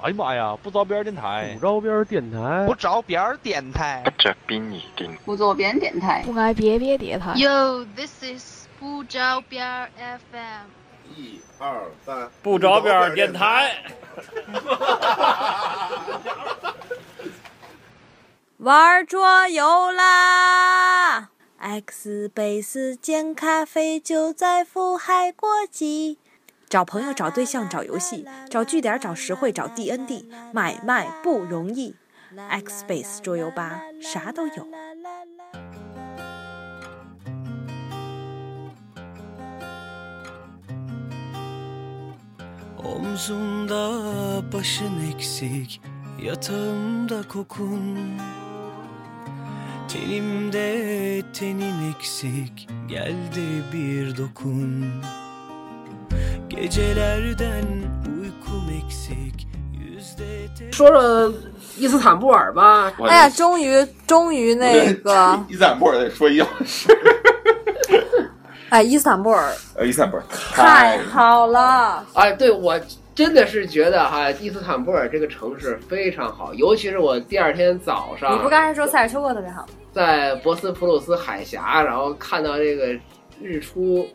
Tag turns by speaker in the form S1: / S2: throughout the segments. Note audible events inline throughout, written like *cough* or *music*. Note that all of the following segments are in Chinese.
S1: 哎呀妈呀，不着边儿电台
S2: 不，着边儿电台
S3: 不，着边儿电台
S4: 不，着边儿电
S5: 不走边电台。
S6: 不挨别别叠台，
S7: Yo, this is 不着边儿 FM。
S8: 一二三，，
S9: 不着边儿电台。
S10: 玩桌游啦！X 贝斯煎咖啡就在富海国际。
S11: 找朋友、找对象、找游戏、找据点、找实惠、找 DND，买卖不容易。X Space 桌游吧啥都有。
S12: Omzumda başın eksik, yatağımda kokun Tenimde tenin eksik, gel de bir dokun Gecelerden uykum eksik, yüzde tek
S13: 说说伊斯坦布尔吧，
S10: 哎呀，终于终于那个
S8: *laughs* 伊斯坦布尔得说一样，
S10: *laughs* 哎，伊斯坦布尔
S8: 呃，伊斯坦布尔
S10: 太好了，
S13: 哎，对我真的是觉得哈，伊斯坦布尔这个城市非常好，尤其是我第二天早上，
S10: 你不刚才说塞尔丘克特别好吗？
S13: 在博斯普鲁斯海峡，然后看到这个日出，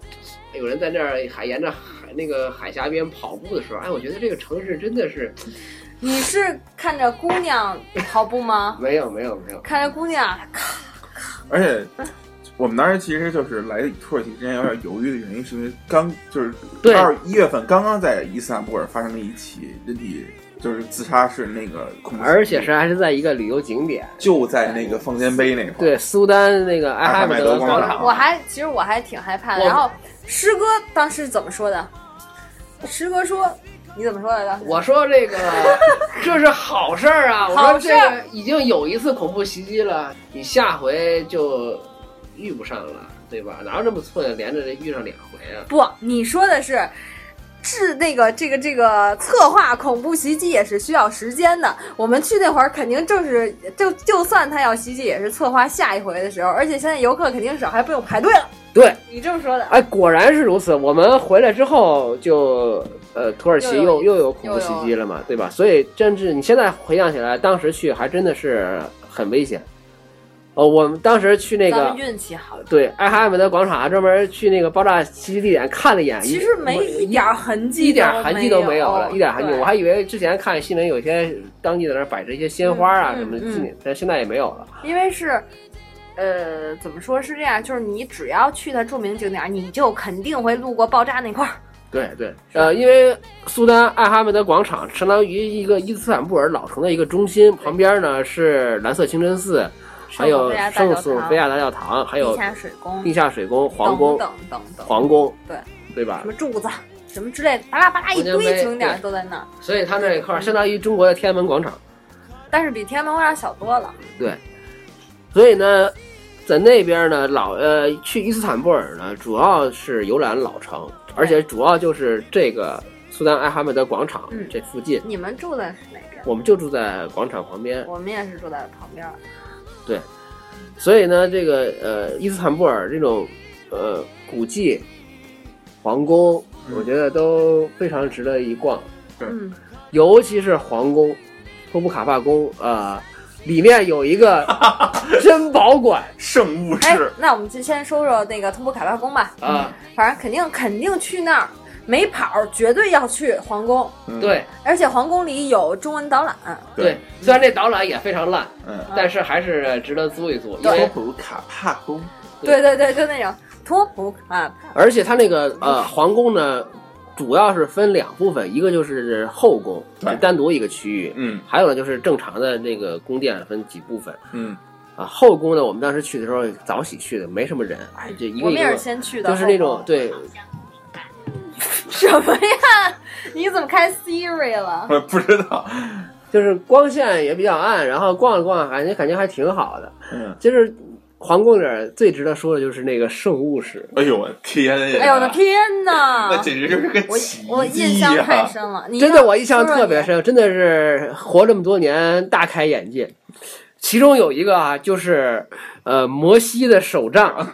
S13: 有人在那儿还沿着海那个海峡边跑步的时候，哎，我觉得这个城市真的是
S10: 你是看着姑娘跑步吗？
S13: 没有没有没有，
S10: 看着姑娘，
S8: 而且我们当时其实就是来土耳其之前有点犹豫的原因，是因为刚就是
S13: 对
S8: 二一月份刚刚在伊斯坦布尔发生了一起人体就是自杀式那个恐怖袭击，
S13: 而且是还是在一个旅游景点，
S8: 就在那个奉先碑那块儿，
S13: 对，苏丹那个埃哈迈德广
S8: 啊
S10: 我还其实我还挺害怕的。
S13: 我
S10: 然后师哥当时怎么说的？师哥说你怎么说的？当时
S13: 我说这个这是好事儿啊！我
S10: 好
S13: 说
S10: 事
S13: 这
S10: 儿
S13: 个已经有一次恐怖袭击了，你下回就遇不上了，对吧？哪有这么寸，连着这遇上两回啊？
S10: 不，你说的是。治那个这个这个策划恐怖袭击也是需要时间的。我们去那会儿肯定正是就就算他要袭击，也是策划下一回的时候。而且现在游客肯定少，还不用排队了。
S13: 对，
S10: 你这么说的，
S13: 哎，果然是如此。我们回来之后就，呃，土耳其
S10: 又有
S13: 又又有恐怖袭击了嘛，对吧？所以，政治你现在回想起来，当时去还真的是很危险。哦，我们当时去那
S10: 咱
S13: 个
S10: 们，运气好。
S13: 对，埃哈迈德广场还专门去那个爆炸袭击地点看了一眼，
S10: 其实没
S13: 一
S10: 一点儿痕迹，
S13: 一点儿痕迹都没有了，一点儿痕迹。
S10: 对
S13: 我还以为之前看新闻，有些当地在那儿摆着一些鲜花啊
S10: 嗯
S13: 什么的
S10: 嗯
S13: 纪念，但现在也没有了。
S10: 因为是，呃，怎么说是这样，就是你只要去它著名景点儿，你就肯定会路过爆炸那块儿。
S13: 对对，呃，因为苏丹艾哈迈德广场相当于一个伊斯坦布尔老城的一个中心，旁边呢是蓝色清真寺，还有圣索菲亚大教堂，还有
S10: 地下水宫、
S13: 地下水宫、皇宫、
S10: 等等等等，
S13: 皇宫，
S10: 对
S13: 对吧
S10: 啊什么？柱子什么之类的，巴拉巴拉一
S13: 中间
S10: 堆
S13: 没
S10: 景点儿
S13: 对
S10: 都在那儿，
S13: 所以它那一块儿相当于中国的天安门广场。
S10: 但是比天安门广场小多了。
S13: 对，所以呢，在那边呢，老呃去伊斯坦布尔呢，主要是游览老城，而且主要就是这个苏丹艾哈迈德广场
S10: 嗯
S13: 这附近，
S10: 你们住的是哪边儿？
S13: 我们就住在广场旁边，
S10: 我们也是住在旁边儿。
S13: 对，所以呢，这个呃伊斯坦布尔这种呃古迹、皇宫，我觉得都非常值得一逛。
S10: 嗯，
S13: 尤其是皇宫，托普卡帕宫啊、呃里面有一个珍宝馆
S8: 圣物
S10: 哎
S8: 室，，
S10: 那我们就先说说那个托普卡帕宫吧。
S13: 啊，
S10: 反正肯定肯定去那儿，没跑儿绝对要去皇宫，
S8: 嗯
S13: 对
S10: 而且皇宫里有中文导览。
S13: 对，虽然这导览也非常烂，
S8: 嗯，
S13: 但是还是值得租一租，因
S8: 托
S13: 为
S8: 普鲁卡帕宫，
S10: 对
S13: 对
S10: 对对，就那种托普啊，
S13: 而且它那个呃皇宫呢，主要是分两部分，一个就是后宫，
S8: 对
S13: 是单独一个区域，
S8: 嗯
S13: 还有呢就是正常的那个宫殿分几部分
S8: 嗯，
S13: 啊。后宫呢，我们当时去的时候早起去的，没什么人，哎，这一
S10: 啊我
S13: 个
S10: 们
S13: 一
S10: 也是
S13: 个
S10: 先去的，
S13: 就是那种 *laughs* 对，
S10: 什么呀？你怎么开 Siri 了？
S8: 我不知道，
S13: 就是光线也比较暗，然后逛了逛，感觉感觉还挺好的。
S8: 嗯，
S13: 就是皇宫里儿最值得说的就是那个圣物室，
S8: 哎呦我天呀，
S10: 哎呦我的，天哪！
S8: 啊那简直就是个
S10: 我
S8: 奇迹呀！啊
S10: 我印象太深了，你
S13: 真的我印象
S10: 说说
S13: 特别
S10: 你。
S13: 深，真的是活这么多年大开眼界。其中有一个啊，就是呃摩西的
S10: *laughs*
S13: 手杖，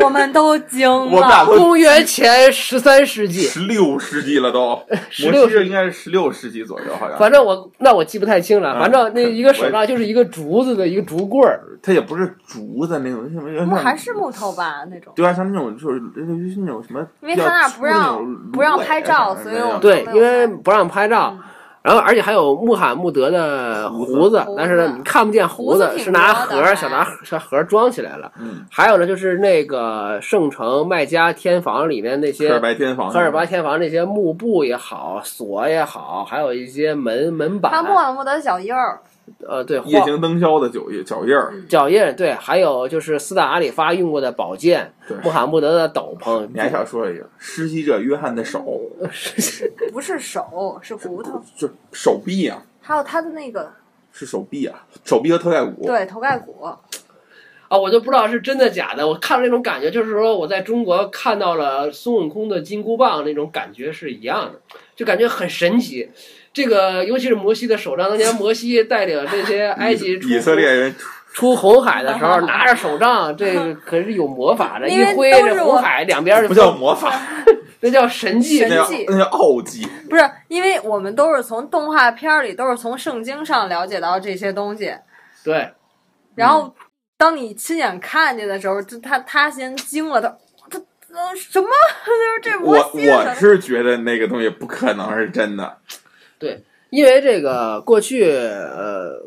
S10: 我们都惊
S8: 我们俩
S10: 了。
S8: 都
S13: 公元前十三世纪，
S8: 十六世纪了都，
S13: 16
S8: 摩西这应该是十六世纪左右，好像。
S13: 反正我那我记不太清
S10: 啊
S13: 了，
S8: 嗯
S13: 反正
S10: *laughs*
S13: 那一个手杖就是一个竹子的一个竹棍儿，
S8: 它也不是竹子那种，什
S10: 木
S8: 么
S10: 还是木头吧那种，
S8: 对啊，像那种就是就是那种什么，
S10: 因为他那不让不让拍照
S8: 啊
S10: 所以我
S13: 对
S10: 没，有
S13: 因为不让拍照
S10: 嗯。
S13: 然后，而且还有穆罕默德的胡
S8: 胡
S13: 子
S10: 胡，
S13: 但是呢
S10: 子，
S13: 你看不见胡
S10: 胡子挺
S13: 是拿
S10: 多的
S13: 盒
S10: 还
S13: 儿小拿小盒儿装起来了。
S8: 嗯，
S13: 还有呢，就是那个圣城麦加天房里面那
S8: 科尔
S13: 些
S8: 白天房，
S13: 科尔巴天房那些幕布也好，锁也好，还有一些门门板
S10: 他，穆罕默德啊小右儿，
S13: 呃，对，
S8: 夜
S13: 晃
S8: 行灯消的脚印脚印儿，
S13: 脚印，对，还有就是斯大阿里发用过的宝剑
S8: 对，
S13: 穆罕默德的斗篷，
S8: 你还想说一个施袭者约翰的手，
S13: 呃
S10: 不是手是骨头，
S8: 就手臂啊，
S10: 还有他的那个
S8: 是手臂啊，手臂和头盖骨，
S10: 对头盖骨，
S13: 啊，我就不知道是真的假的。我看了那种感觉，就是说我在中国看到了孙悟空的金箍棒那种感觉是一样的，就感觉很神奇。这个尤其是摩西的手杖，当年摩西带领这些埃及出
S8: 以色列人
S13: 出红海的时候，拿着手杖，这个可是有魔法
S10: *laughs*
S13: 的，
S10: 因
S13: 一
S10: 为
S13: 挥
S10: 都是
S13: 这
S10: 我
S13: 红海两边
S8: 不叫魔
S10: *laughs*
S8: 法，
S13: 那叫神迹
S8: 那。叫
S10: 神迹
S8: 那叫奥迹，
S10: 不是，因为我们都是从动画片儿里，都是从圣经上了解到这些东西，
S13: 对，
S10: 然
S8: 嗯
S10: 后当你亲眼看见的时候，就他他先惊了，他他呃什么？ *laughs* 就是这
S8: 我
S10: 摩西的
S8: 我
S10: 什么？
S8: 是觉得那个东西不可能是真的，
S13: 因为这个过去呃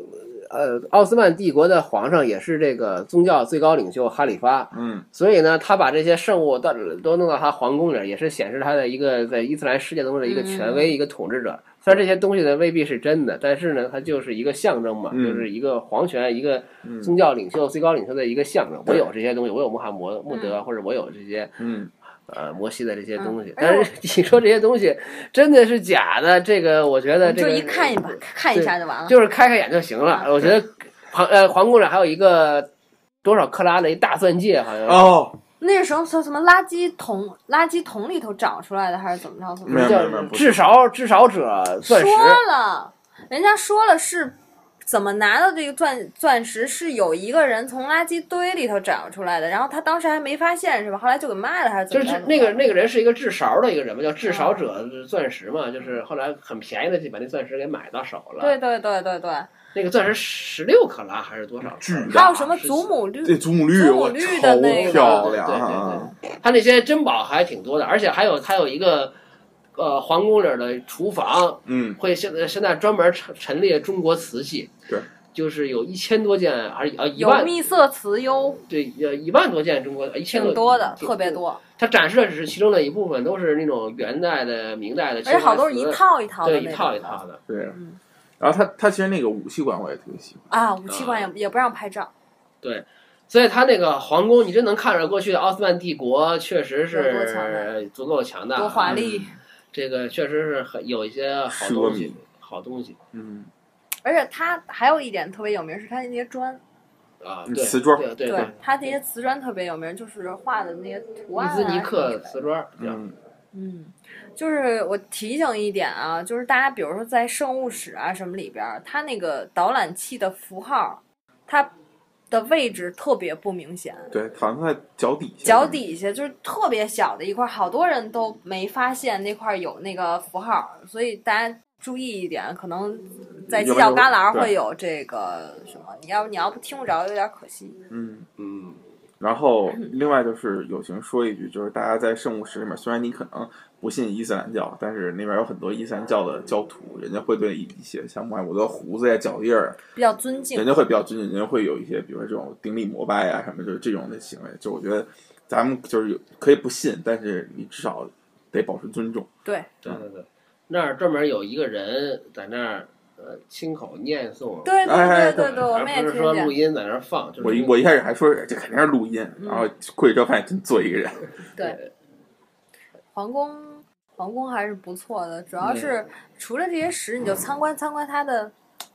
S13: 呃奥斯曼帝国的皇上也是这个宗教最高领袖哈里发，
S8: 嗯，
S13: 所以呢，他把这些圣物到都弄到他皇宫里儿，也是显示他的一个在伊斯兰世界中的一个权
S10: 嗯
S13: 威、一个统治者。虽然这些东西呢未必是真的，但是呢，它就是一个象征嘛，
S8: 嗯
S13: 就是一个皇权、一个
S8: 嗯
S13: 宗教领袖、最高领袖的一个象征。我
S8: 对
S13: 有这些东西，我有穆罕默
S10: 嗯
S13: 穆德，或者我有这些
S8: 嗯，
S13: 呃摩西的这些东西
S10: 嗯。哎呦
S13: 但是 *laughs* 你说这些东西真的是假的，这个我觉得
S10: 你就
S13: 这个
S10: 一看一把，嗯看一下就完了。
S13: 就是开开眼就行了。我觉得皇呃皇宫里还有一个多少克拉的一大钻戒，好像
S8: 哦，
S10: 那时候从什么垃圾桶垃圾桶里头长出来的，还是怎么着？怎么
S8: 没
S10: 着
S8: 有没有没有，不是
S13: 至少至少者钻石，
S10: 说了，人家说了是。怎么拿到这个钻钻石是有一个人从垃圾堆里头找出来的，然后他当时还没发现是吧？后来就给卖了还是嗯怎
S13: 就
S10: 么着？
S13: 是那个那个人是一个制勺的一个人嘛，叫制勺者钻石嘛，就是后来很便宜的就把那钻石给买到手了。
S10: 对，对对对对，
S13: 那个钻石十六克拉还是多少？
S8: 巨
S10: 还
S8: 大
S10: 有什么祖母绿？
S8: 这祖母绿，
S10: 呃祖母
S8: 我
S10: 绿
S8: 超
S10: 的那个
S8: 漂亮
S13: 对对
S8: 啊！
S13: 他那些珍宝还挺多的，而且还有还有一个。呃，皇宫里儿的厨房
S8: 嗯，
S13: 会现在现在专门陈陈列中国瓷器，
S8: 对，
S13: 就是有一千多件，还是啊一
S10: 有
S13: 万
S10: 秘色瓷哟，
S13: 对呃一万多件中国一千
S10: 挺多的，
S13: 就
S10: 特别多，
S13: 它展示的只是其中的一部分，都是那种元代的、明代的，
S10: 而且好多是一
S13: 清华
S10: 套一套
S13: 瓷
S10: 的
S13: 对
S10: 那
S13: 一
S10: 种
S13: 套一套的。
S8: 对。
S10: 嗯
S8: 然后他他其实那个武器馆我也特别喜欢，
S10: 啊，武器馆
S13: 嗯
S10: 也也不让拍照，
S13: 所以它那个皇宫，你真能看着过去的奥斯曼帝国确实
S10: 有多强
S13: 是
S10: 大
S13: 足够强大，啊
S10: 多华丽。
S13: 这个确实是很有一些好
S8: 奢
S13: 东
S8: 靡
S13: 西，好东西
S8: 嗯，
S10: 而且它还有一点特别有名，是它那些砖，
S13: 啊，
S8: 嗯
S13: 对，
S8: 瓷砖
S13: 对对对
S10: 对，它那些瓷砖特别有名，就是画的那些图
S13: 伊
S10: 案啊
S13: 兹尼
S10: 什
S13: 克
S10: 么的
S13: 瓷砖，这样
S8: 嗯，
S10: 嗯，就是我提醒一点啊，就是大家比如说在圣物室啊什么里边儿，它那个导览器的符号，它的位置特别不明显，
S8: 对，好像在脚底下，
S10: 脚底下就是特别小的一块，好多人都没发现那块有那个符号，所以大家注意一点，可能在犄角旮旯会有这个什么，你要你要不听不着有点可惜。
S8: 嗯。
S13: 嗯，
S8: 然后，另外就是友情说一句，就是大家在圣物室里面，虽然你可能不信伊斯兰教，但是那边有很多伊斯兰教的教徒，人家会对一些像穆罕默德胡子呀、脚印儿，啊
S10: 比较尊敬
S8: 人，家会比较尊敬，人家会有一些，比如说这种顶礼膜拜啊什么，就是这种的行为。就我觉得咱们就是有可以不信，但是你至少得保持尊重。啊
S10: 对
S13: 对对对，那儿专门有一个人在那儿呃亲口念诵，
S10: 对对
S8: 哎
S10: 对对对，我
S13: 而
S10: 们也
S13: 不是
S10: 听
S13: 说录
S10: 见，
S13: 音在那儿放，就是
S8: 我一
S13: 那
S8: 我一开始还说这肯定是录音，然后过去之后发现真做一个人，
S10: 对。皇宫皇宫还是不错的，主要
S13: 嗯
S10: 是除了这些石，你就参观参观它的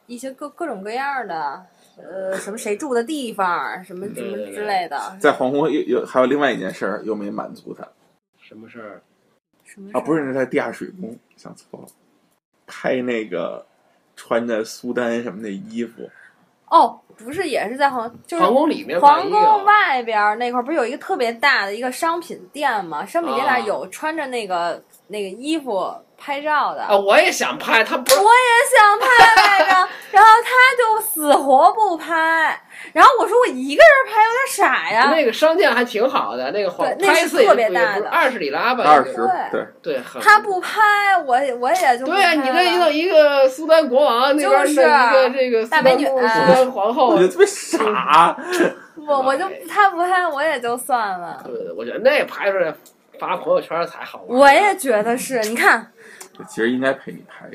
S10: 一些各各种各样的。呃，什么谁住的地方，什么什么
S13: 对对对
S10: 之类的，
S8: 在皇宫又又还有另外一件事儿又没满足他
S13: 什么事儿？
S10: 什么
S8: 啊，不
S10: 是
S8: 是那在地下水宫，想错了，拍那个穿着苏丹什么的衣服，
S10: 哦，不是，也是在皇，就是
S13: 皇宫里面啊吧
S10: 皇
S13: 也有
S10: 宫外边儿那块儿不是有一个特别大的一个商品店吗？商品店那儿
S13: 啊
S10: 有穿着那个、那个衣服拍照的。
S13: 啊，我也想拍，他不是
S10: 我也想拍来
S13: *laughs*
S10: 着，然后他就死活不拍。然后我说我一个人拍有点傻呀。
S13: 那个商店还挺好的，那个皇
S10: 啊对那是
S13: 拍次也
S10: 特别
S13: 不
S10: 大
S13: 也不
S10: 的
S13: 是二十里拉吧，
S8: 二
S13: 也
S8: 十
S13: 就
S8: 对，
S13: 对，很
S10: 他不拍，我也我也就不
S13: 对啊，
S10: 拍
S13: 你这一
S10: 了
S13: 个一个苏丹国王那边
S10: 就是
S13: 的一个这个苏
S10: 大美
S13: 丹
S10: 女啊
S13: 公主苏丹皇后
S8: 我觉，得特别傻。
S10: 我我就他不拍，我也就算了。
S13: 对，我觉得那拍出来发朋友圈才好玩。
S10: 我也觉得是，你看，
S8: *laughs* 其实应该陪你拍，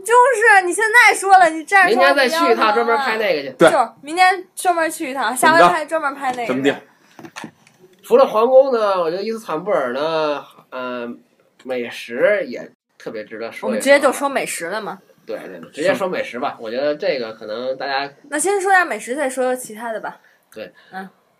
S10: 就是你现在说了，你站着
S13: 明
S10: 说话
S13: 天再
S10: 不
S13: 去
S10: 腰
S13: 一趟，
S10: 疼
S13: 专门
S10: 啊
S13: 拍那个去。
S8: 对
S10: 就是明天专门去一趟，
S8: 怎
S10: 下
S8: 么
S10: 回
S8: 着
S10: 拍专门拍那个。
S8: 怎么定？
S13: 除了皇宫呢，我觉得伊斯坦布尔呢，嗯、美食也特别值得说。
S10: 我们直接就，说美食了嘛。
S13: 对对，对直接说美食吧。我觉得这个可能大家
S10: 那先说一下美食，再说说其他的吧。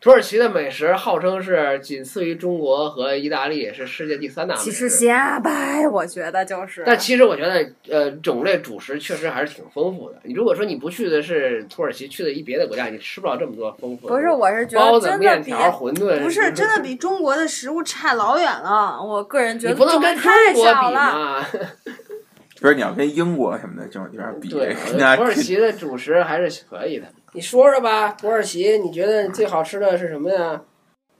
S13: 土耳其的美食号称是仅次于中国和意大利，是世界第三大啊美
S10: 其实
S13: 食。
S10: 瞎掰，我觉得就是。
S13: 但其实我觉得，呃，种类主食确实还是挺丰富的。你如果说你不去的是土耳其，去的一别的国家，你吃不了这么多丰富的。
S10: 不是，我是觉
S13: 包
S10: 得
S13: 子、
S10: 真的
S13: 面
S10: 比
S13: 条、馄饨，
S10: 不是真的比中国的食物差老远了。我个人觉
S13: 你
S10: 得
S13: 不能
S10: 中国
S13: 跟中
S10: 太
S13: 国
S10: 少
S13: 比
S10: 了。
S13: 嘛。
S8: 不是你要跟英国什么的这种地方比，
S13: 对，
S8: 人家
S13: 土耳其的主食还是可以的。 *laughs* 你说说吧，土耳其，你觉得最好吃的是什么呀？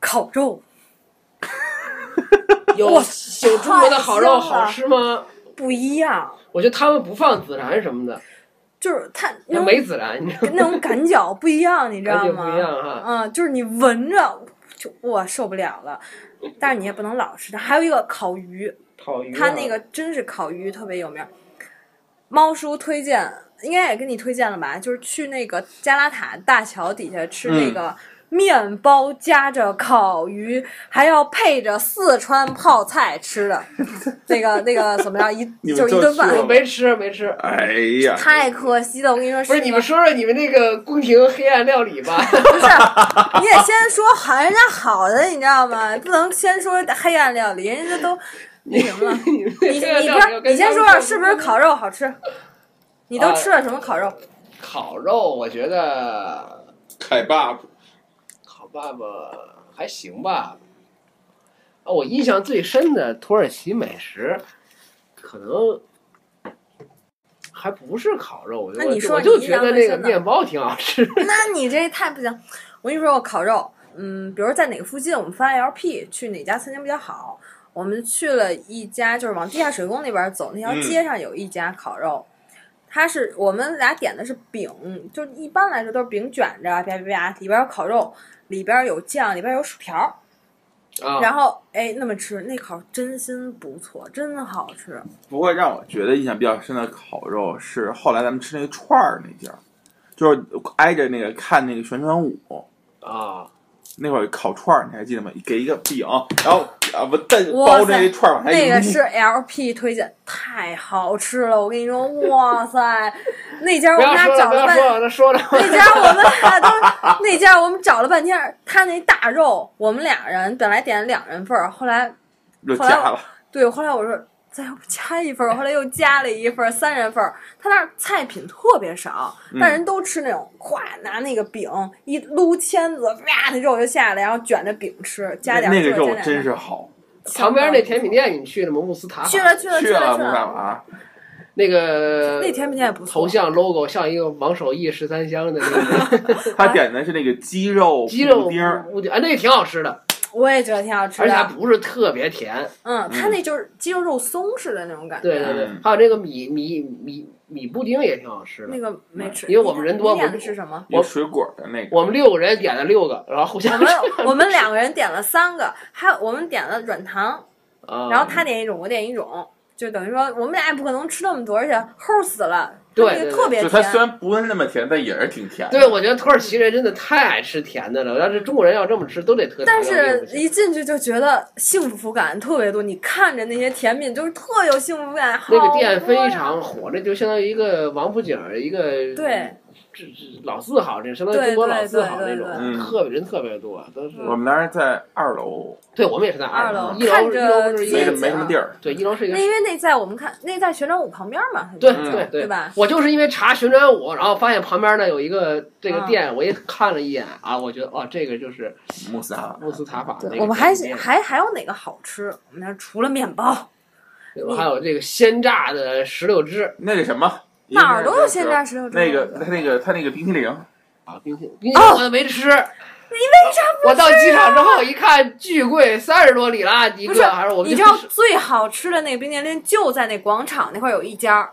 S10: 烤肉
S13: 有
S10: 哇
S13: 有中国的好
S10: 太香了
S13: 肉好吃吗？
S10: 不一样，
S13: 我觉得他们不放孜然什么的，
S10: 就是它那
S13: 那
S10: 种
S13: 没孜然，你知道 *laughs*
S10: 那种感觉不一样，你知
S13: 感
S10: 道
S13: 觉
S10: 吗？
S13: 不一样哈。
S10: 嗯，就是你闻着就哇受不了了，但是你也不能老吃它。还有一个烤鱼，
S13: 烤鱼啊，
S10: 它那个真是烤鱼特别有名儿。猫叔推荐，应该也跟你推荐了吧？就是去那个加拉塔大桥底下吃那个面包夹着烤鱼，还要配着四川泡菜吃的，那个那个怎么着一
S8: 你们
S10: 就是一
S8: 就
S10: 顿
S8: 去
S13: 我
S10: 饭
S8: 了，
S13: 没吃，没吃。
S8: 哎呀，
S10: 太可惜了。我跟你说，
S13: 不是你们说说你们那个宫廷黑暗料理吧？
S10: 不是，你也先说好人家好的，你知道吗？不能先说黑暗料理，人家
S13: *laughs*
S10: 都那什么了。
S13: 你们
S10: 你
S13: 那
S10: 你
S13: 黑暗料理要
S10: 说，
S13: 跟
S10: 你先
S13: 他们
S10: 说说
S13: 差
S10: 是
S13: 多
S10: 不是烤肉好吃？你都吃了什么烤肉？
S13: 烤肉？我觉得
S8: 凯爸
S13: 烤爸爸还行吧。啊，我印象最深的土耳其美食，可能还不是烤肉。我就
S10: 那你说
S13: 我就
S10: 你印
S13: 觉
S10: 象
S13: 得
S10: 最
S13: 那
S10: 深
S13: 个
S10: 的
S13: 面包挺好吃。
S10: *laughs* 那你这太不行。我跟你说，我烤肉，嗯，比如在哪个附近，我们发 LP 去哪家餐厅比较好。我们去了一家，就是往地下水宫那边走，那条
S8: 嗯
S10: 街上有一家烤肉，它是我们俩点的是饼，就一般来说都是饼卷着，啪啪啪，里边有烤肉，里边有酱，里边有薯条，
S13: 啊，
S10: 然后哎那么吃，那烤真心不错，真好吃。
S8: 不过让我觉得印象比较深的烤肉是后来咱们吃那个串儿那家，就是挨着那个看那个旋转舞
S13: 啊，
S8: 那会儿烤串儿，你还记得吗？给一个饼，然后啊不但
S10: 哇
S8: *laughs* 包
S10: 塞
S8: 着那串儿往下一
S10: 那
S8: 撸
S10: 个是 LP 推荐，太好吃了！我跟你说，哇塞，那家我
S13: 不
S10: 们
S13: 要
S10: 俩找
S13: 说了，不
S10: 了
S13: 要
S10: 半
S13: 说了，他说了。
S10: 那家我们俩都那家我们找了半天，他那大肉我们俩人本来点了两人份儿，后来
S8: 就加了，
S10: 对，后来我说再要不加一份儿，后来又加了一份儿三人份儿。他那儿菜品特别少，
S8: 嗯
S10: 但人都吃那种，咵拿那个饼一撸签子，哇，那肉就下来，然后卷着饼吃，加点儿
S8: 那个
S10: 这
S8: 肉
S10: 加点儿
S8: 真是好，
S13: 旁边那甜品店你们去了吗？穆斯塔法
S10: 去了去了
S8: 去
S10: 了
S8: 木纳瓦，
S13: 那个
S10: 那甜品店也不错
S13: 头像 logo 像一个王守义十三香的那个
S10: *laughs*
S8: 他点的是那个鸡肉
S13: 鸡肉
S8: 布丁儿，
S13: 布丁，哎，那个挺好吃的，
S10: 我也觉得挺好吃
S13: 而且还
S10: 的。
S13: 不是特别甜。
S10: 嗯，它那就是鸡肉肉松似的那种感觉。
S13: 对对对
S8: 嗯，
S13: 还有这个米米米米布丁也挺好吃的
S10: 那。个没吃，
S13: 因为我们人多
S10: 你点的
S13: 我
S10: 是什
S13: *laughs*
S10: 么？
S8: 有水果的那个，
S13: 我们六个人点了六个，然后互
S10: 我
S13: 相
S10: 们我们两个人点了三个，还有我们点了软糖，
S13: 啊，
S10: 然后他点一种，我点一种，就等于说我们俩也不可能吃那么多，而且齁死了，
S13: 对
S10: 它那个
S13: 对对
S10: 特别
S8: 就
S10: 甜。
S8: 它虽然不是那么甜，但也是挺甜的。
S13: 对我觉得土耳其人真的太爱吃甜的了，要是中国人要这么吃都得特。
S10: 但是，一进去就觉得幸福感特别多。你看着那些甜品，就是特有幸福感。
S13: 那
S10: 好
S13: 个店
S10: 多
S13: 非
S10: 呀
S13: 常火，那就相当于一个王府井儿一个
S10: 对
S13: 这这老字号，这相当于中国老字号那
S10: 对对对
S13: 种，
S8: 对对
S13: 特别人特别多，都是。
S8: 我们当时在二楼，
S13: 对，我们也是在
S10: 二
S13: 楼
S10: 楼，
S13: 一
S10: 看
S13: 楼是一楼
S10: 着
S13: 是一
S8: 没
S10: 街
S8: 什
S13: 个
S8: 么没什么地儿，
S13: 对，一楼是一个
S10: 那因为那在我们看那在旋转舞旁边嘛，
S13: 对
S8: 嗯
S13: 对
S10: 对吧？
S13: 我就是因为查旋转舞，然后发现旁边呢有一个这
S10: 嗯
S13: 个店，我也看了一眼啊，我觉得哦，这个就是
S10: 啊
S8: 穆斯啊塔。
S13: 穆斯塔法那个
S10: 我们还
S13: 店面
S10: 还还有哪个好吃？我们那儿除了面包，
S13: 对吧还有这个鲜榨的石榴汁
S8: 那个什么，
S10: 哪儿都有鲜榨石榴汁。
S8: 那个他那个他那个冰淇淋，
S13: 啊，冰淇淋，
S10: 哦
S13: 冰淇淋我都没吃。我到机场之后一看，巨贵，三十多里拉一
S10: 啊不是
S13: 个，还是我们
S10: 你
S13: 就
S10: 知道最好吃的那个冰淇淋就在那广场那块儿有一家儿，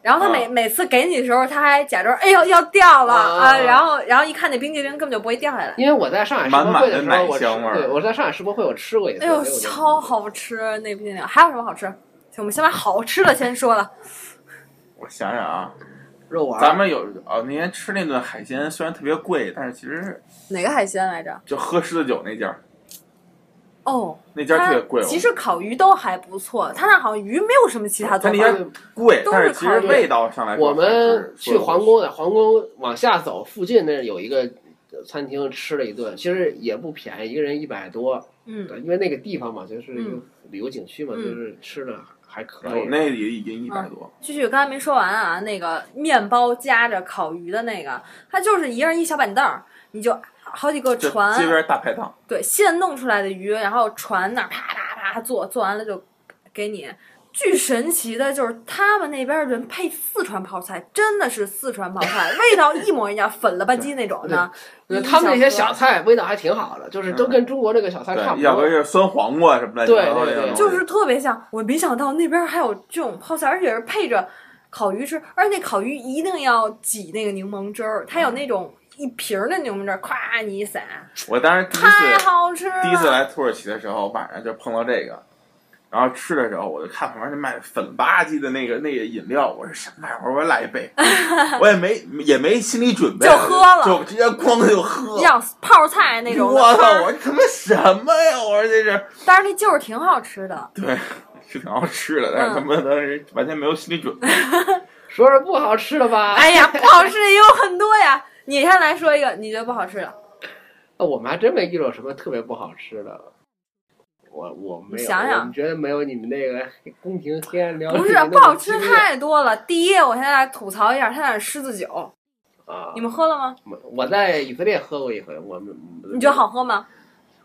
S10: 然后他每、
S8: 啊
S10: 每次给你的时候，他还假装哎呦要掉了
S13: 啊
S10: 然后然后一看那冰淇淋根本就不会掉下来。
S13: 因为我在上海世博会的时候，我吃
S8: 满满的奶香味儿
S13: 对，我在上海世博会我吃过一次，
S10: 哎呦，
S13: 所以我就
S10: 超好吃那冰淇淋！还有什么好吃？我们先把好吃的先说了。
S8: 我想想啊，
S13: 肉丸儿，
S8: 咱们有哦，那天吃那顿海鲜虽然特别贵，但是其实
S10: 哪个海鲜来着？
S8: 就喝狮子酒那家，
S10: 哦，
S8: 那家特
S10: 它
S8: 别贵，
S10: 其实烤鱼都还不错，它那好像鱼没有什么其他
S8: 他
S10: 做
S8: 那
S10: 法。
S8: 家贵，
S10: 都是
S8: 但是其实味道上来说
S13: 我
S8: 还是
S13: 们去皇
S8: 说
S13: 宫的皇宫往下走，附近那儿有一个餐厅吃了一顿，其实也不便宜，一个人一百多，
S10: 嗯，
S13: 因为那个地方嘛，就是一个
S10: 嗯
S13: 旅游景区嘛，
S10: 嗯
S13: 就是吃的还
S8: 不
S13: 可
S8: 出
S13: 以
S8: 有。那里已经一百多，
S10: 继续刚才没说完啊，那个面包夹着烤鱼的那个，它就是一人一小板凳儿，你就好几个
S8: 这
S10: 船，
S8: 街边大排档，
S10: 对，现弄出来的鱼，然后船那儿啪啪啪做，做完了就给你。巨神奇的就是他们那边人配四川泡菜，真的是四川泡菜，味道一模一样，粉了吧唧那种的。
S13: 呃
S10: 一
S13: 他们那些小
S10: 盒
S13: 菜味道还挺好的，就是都跟中国那个小菜差
S8: 嗯对，
S13: 不
S8: 要不
S13: 多。
S8: 就是酸黄瓜什么的，
S13: 对
S8: 然后
S13: 对对
S8: 那种
S10: 就是特别像。我没想到那边还有这种泡菜，而且是配着烤鱼吃，而且那烤鱼一定要挤那个柠檬汁儿，
S8: 嗯
S10: 它有那种一瓶儿的柠檬汁儿，咵你一撒，
S8: 我当时第一
S10: 太
S8: 次
S10: 好吃了。
S8: 第一次来土耳其的时候，晚上就碰到这个。然后吃的时候，我就看旁边那卖粉了吧唧的那个那个饮料，我说什么玩意儿？我说我来一
S10: *laughs*
S8: 杯，我也没也没心理准备，
S10: 就喝了
S8: 就直接哐就喝。
S10: 要泡菜那种的，
S8: 我操！我他妈什么呀？我说这是
S10: 但是那就是挺好吃的。
S8: 对，是挺好吃的，
S10: 嗯
S8: 但是他们当时完全没有心理准备。
S10: *laughs*
S13: 说说不好吃的吧，
S10: 哎呀，不好吃的也有很多呀。你先来说一个，你觉得不好吃的？
S13: 我们还真没遇到什么特别不好吃的。我我没
S10: 你
S13: 有，
S10: 想想
S13: 我们觉得没有你们那个 *laughs* 宫廷黑暗料理
S10: 不是
S13: 那么
S10: 不好吃
S13: 激烈
S10: 太多了。第一，我现在来吐槽一下，它那是狮子酒，
S13: 啊
S10: 你！们喝了吗？
S13: 我我在以色列喝过一回，我们
S10: 你觉得好？喝吗？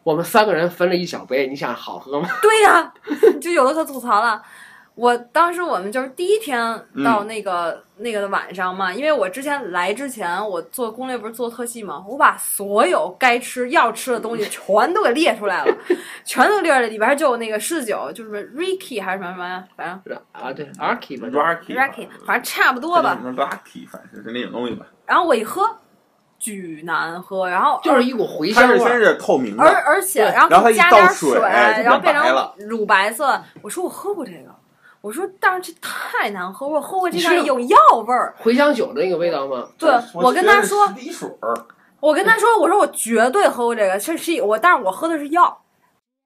S13: 我们三个人分了一小杯，你想好喝吗？
S10: 对呀、就有的可吐槽了。我当时我们就是第一天到那个、那个的晚上嘛，因为我之前来之前我做攻略不是做特细嘛，我把所有该吃要吃的东西全都给列出来了，全都列出来，里边就有那个试酒，就是什么 Ricky 还是什么什么呀，反正
S13: 是啊，对 a r k i 吧
S8: Rocky
S10: Ricky 反正差不多吧。
S8: ，Rocky 反正是那种东西吧。
S10: 然后我一喝，巨难喝，然后
S13: 就是一股茴
S8: 它
S13: 香
S8: 是
S13: 味
S8: 先
S13: 儿。
S8: 是透明
S10: 而
S8: 的，
S10: 而且
S13: 对
S10: 然
S8: 然后
S10: 后
S8: 它一
S10: 加
S8: 倒
S10: 点
S8: 水
S10: 水，
S8: 哎就
S10: 然后变
S8: 变白了
S10: 成乳白色。我说我喝过这个，我说但是这太难喝，我喝过这
S13: 你
S10: 个
S13: 是
S10: 有药味儿。
S13: 茴香酒的那个味道吗？
S10: 对我跟他说，
S8: 滴水
S10: 我跟他说，我说我绝对喝过这个，是是我，但是我喝的是药，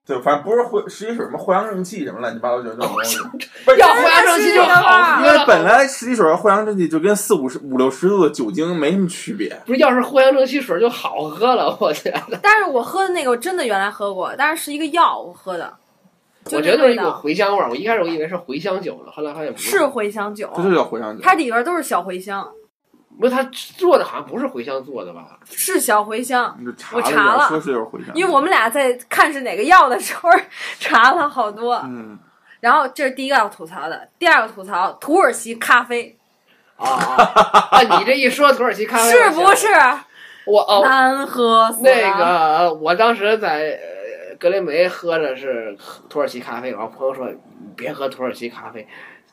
S8: 对，反正不是藿十滴水，什么藿香正气什么乱七八糟这种东
S10: 哦
S8: 西。不是
S13: 要
S10: 真的
S13: 花生
S10: 是
S13: 气
S10: 这
S13: 就
S10: 个味
S13: 好
S10: 儿
S8: 因
S13: 喝
S8: 为
S13: 了。
S8: 本来十滴水和藿香正气就跟四五十、五六十度的酒精没什么区别。
S13: 不是，要是藿香正气水就好喝了，我觉得。
S10: 但是我喝的那个我真的原来喝过，但是是一个药我喝的，
S13: 我
S10: 就
S13: 觉
S10: 那
S13: 得就是
S10: 味
S13: 一股
S10: 道
S13: 茴香味儿。我一开始我以为是茴香酒呢，后来发现不
S10: 是茴香酒，
S8: 它就叫藿香酒，
S10: 它里边都是小茴香，
S13: 不是，它做的好像不是茴香做的吧？
S10: 是小茴香。
S8: 你就查
S10: 我
S8: 了一
S10: 查
S8: 下，
S10: 了
S8: 说是就是茴香。
S10: 因为我们俩在看是哪个药的时候 *laughs* 查了好多，
S8: 嗯，
S10: 然后这是第一个要吐槽的，第二个吐槽土耳其咖啡
S13: 啊啊！啊你这一说土耳其咖啡，
S10: 是不是
S13: 我哦，
S10: 难喝死了？
S13: 那个，我当时在呃格雷梅喝的是土耳其咖啡，然后朋友说你别喝土耳其咖啡，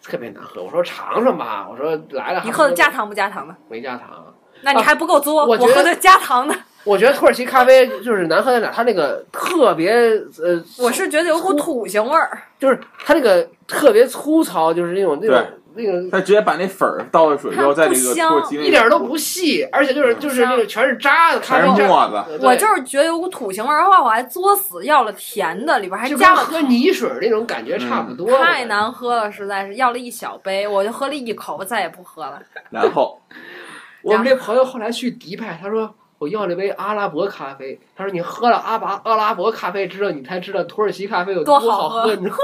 S13: 特别难喝。我说尝尝吧，我说来了。
S10: 你喝的加糖不加糖的？
S13: 没加糖？
S10: 那你还不够作，
S13: 啊
S10: 我
S13: 我觉得
S10: 喝的加糖的，
S13: 我觉得土耳其咖啡就是难喝在哪儿，它那个特别呃，
S10: 我是觉得有股土腥味儿。
S13: 就是它那个特别粗糙，就是那种那种那种
S8: 它直接把那粉儿倒了水之后，在这个土耳其那
S13: 一点都不细，而且就是就是那个全是渣子，咖
S8: 嗯
S13: 啡
S8: 全是
S13: 渣。
S8: 沫子。
S13: 对
S10: 我就是觉得有股土腥味儿，后来我还作死要了甜的，里边还
S13: 就
S10: 加
S13: 跟
S10: 了
S13: 喝泥水那种感觉差不
S8: 嗯
S13: 多。
S10: 太难喝了，实在是要了一小杯，我就喝了一口，我再也不喝了。
S8: 然后
S13: 我们这朋友后来去迪拜，他说我要了杯阿拉伯咖啡，他说你喝了阿巴阿拉伯咖啡之后，你才知道土耳其咖啡有
S10: 多好
S13: 好
S10: 喝
S13: 你知道吗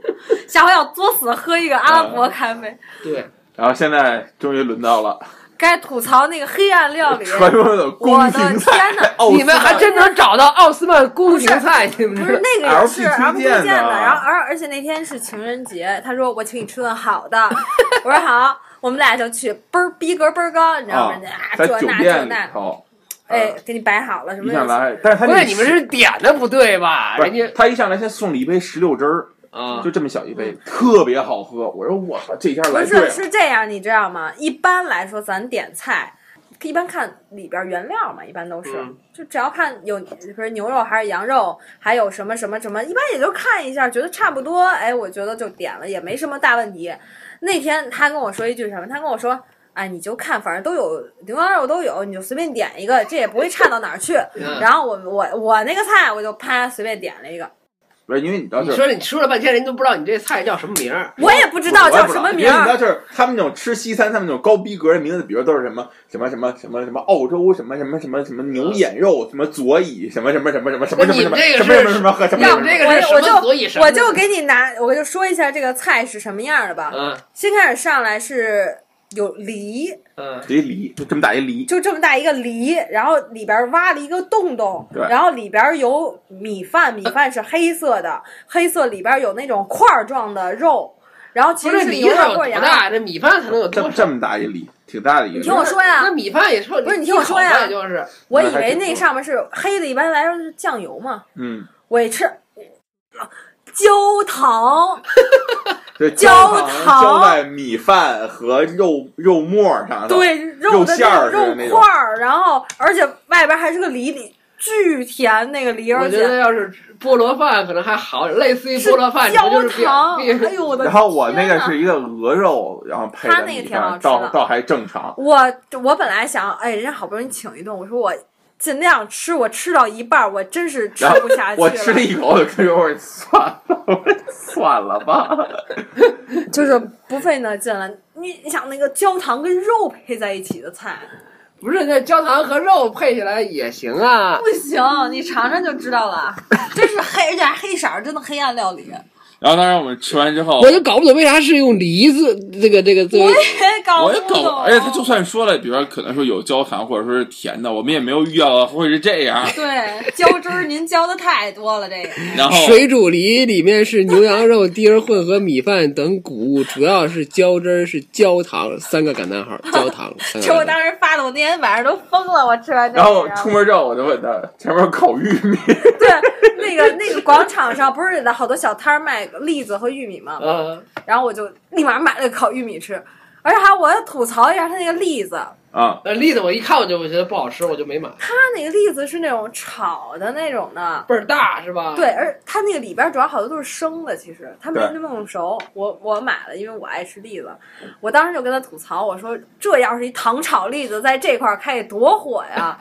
S13: *laughs*
S10: 下回要作死喝一个阿拉伯
S13: 嗯
S10: 咖啡。
S13: 对，
S8: 然后现在终于轮到了
S10: 该吐槽那个黑暗料理，
S8: 传说的宫
S10: 我的
S8: 廷
S10: 天哪
S8: 菜，奥斯
S13: 你们还真能找到奥斯曼宫廷菜，你们
S10: 不
S13: 这
S10: 是那个也是
S8: LP
S10: M 推荐
S8: 推荐的
S10: 然后而而且那天是情人节，他说我请你吃顿好的， *laughs* 我说好，我们俩就去，倍儿逼格倍儿高，你知道吗？
S8: 啊
S10: 啊，
S8: 在
S10: 这
S8: 酒
S10: 那这
S8: 店里
S10: 那，
S8: 头，
S10: 哎，给你摆好了什
S8: 一
S10: 么
S8: 上
S10: 东西。
S8: 来，但是他
S13: 不
S8: 那
S13: 是
S8: 个
S13: 你们是点的不对吧？
S8: 不
S13: 人
S8: 是
S13: 家
S8: 他一上来先送了一杯石榴汁儿，
S13: 啊
S8: 就这么小一杯，特别好喝。我说我操，这家
S10: 不
S8: 来对
S10: 是
S8: 了。
S10: 是这样，你知道吗？一般来说，咱点菜。一般看里边原料嘛，一般都是，
S13: 嗯
S10: 就只要看有，比如牛肉还是羊肉，还有什么什么什么，一般也就看一下，觉得差不多，哎，我觉得就点了，也没什么大问题。那天他跟我说一句什么？他跟我说，哎，你就看，反正都有牛羊肉都有，你就随便点一个，这也不会差到哪儿去。
S13: 嗯
S10: 然后我我我那个菜，我就啪随便点了一个，
S8: 不是因为你知道
S13: 你
S8: 这
S13: 说你说了半天，人都不知道你这菜叫什么名儿。
S10: 我也不知道
S8: 我也
S10: 叫
S8: 不
S10: 什么
S8: 因
S10: 名
S8: 为你知道
S10: 儿。
S8: 就是他们那种吃西餐，他们那种高逼格的名字，比如都是什么什么什么什么什么澳洲什么什么什么什么牛眼肉，什么佐乙什么什么什么什么什么什么什么什么什么什么和什么
S13: 要
S8: 什
S13: 不
S8: 么
S13: 这个是什
S10: 我
S13: 么
S10: 我就
S13: 所以什么？
S10: 我就给你拿，我就说一下这个菜是什么样的吧。
S13: 嗯
S10: 先开始上来是有梨，
S13: 嗯
S8: 这一梨就这么大一梨，
S10: 就这么大一个梨，然后里边挖了一个洞洞，
S8: 对
S10: 然后里边有米饭，米饭是黑色的，黑色里边有那种块儿状的肉，然后其
S13: 不
S10: 实
S13: 是
S10: 是
S13: 梨
S10: 牛
S13: 有
S10: 肉或
S13: 多
S10: 者羊肉。
S13: 大？这米饭才能有
S8: 这
S13: 多
S8: 么
S13: 少？
S8: 这么大一梨，挺大的一
S10: 你
S8: 个。
S10: 听我说呀
S13: 那米饭也说，
S10: 不是你听我说呀
S13: 一口饭就是
S10: 我以为那上面是黑的，一般来说是酱油嘛，
S8: 嗯，
S10: 我一吃。焦糖，
S8: 对，
S10: 焦
S8: 焦
S10: 糖
S8: 浇在米饭和肉肉末上头，
S10: 对肉的
S8: 馅
S10: 那
S8: 儿似
S10: 种
S8: 的
S10: 肉
S8: 那
S10: 块
S8: 种。
S10: 儿，然后而且外边还是个梨里，巨甜那个梨，
S13: 我
S10: 而
S13: 觉
S10: 且
S13: 得要是菠萝饭可能还好，类似于
S10: 是
S13: 菠萝饭，你们就是
S10: 焦糖，
S13: 比
S10: 哎呦我的！啊
S8: 然后我那个是一个鹅肉，然后配
S10: 他
S8: 的
S10: 那个
S8: 米
S10: 挺好
S8: 饭，
S10: 吃
S8: 倒
S10: 的
S8: 倒还正常。
S10: 我我本来想，哎，人家好不容易请一顿，我说我尽量吃，我吃到一半儿，我真是吃
S8: 然后
S10: 不下去
S8: 我吃了
S10: 了，
S8: 一口，我就跟着我说算了，我说算了吧。
S10: 就是不费那劲了。你你想那个焦糖跟肉配在一起的菜，
S13: 不是那焦糖和肉配起来也行啊。
S10: 不行，你尝尝就知道了。 *laughs* 真是黑，而且还黑色儿，真的黑暗料理，
S1: *laughs* 然后当然我们吃完之后，
S13: 我就搞不懂为啥是用梨子这个这个哦作为
S10: 也哎搞
S1: 我
S10: 不
S1: 也
S10: 懂。
S1: 搞，
S8: 哎
S1: 而且他就算说了，比如说可能说有焦糖或者说是甜的，我们也没有预料到会是这样。
S13: *laughs*
S8: *laughs*
S10: 对浇汁儿，您浇的太多了，这个
S1: 然后
S13: 水煮梨，里面是牛羊肉、地儿混合米饭等谷物，主要是浇汁儿，是焦糖三个感叹
S10: *laughs*
S13: 号，焦糖。三个
S10: 这我
S13: 感叹
S10: 当时发的，我那天晚上都疯了。我吃完这个，
S8: 然后出门之后，我就问他前面有烤玉
S1: *laughs*
S8: 米，
S10: 对那个那个广场上不是好多小摊儿卖栗子和玉米吗？
S8: 嗯
S13: 号啊，
S10: 然后我就立马买了个烤玉米吃，而且还我要吐槽一下它那个栗子，
S8: 啊，
S13: 那栗子我一看我就我觉得不好吃，我就没买，
S10: 它那个栗子是那种炒的那种的，
S13: 倍儿大是吧？
S10: 对，，而它那个里边儿主要好多都是生的，其实它没
S8: 对
S10: 那么弄熟。我我买了，因为我爱吃栗子，我当时就跟他吐槽，我说这要是一糖炒栗子在这块儿开得多火呀！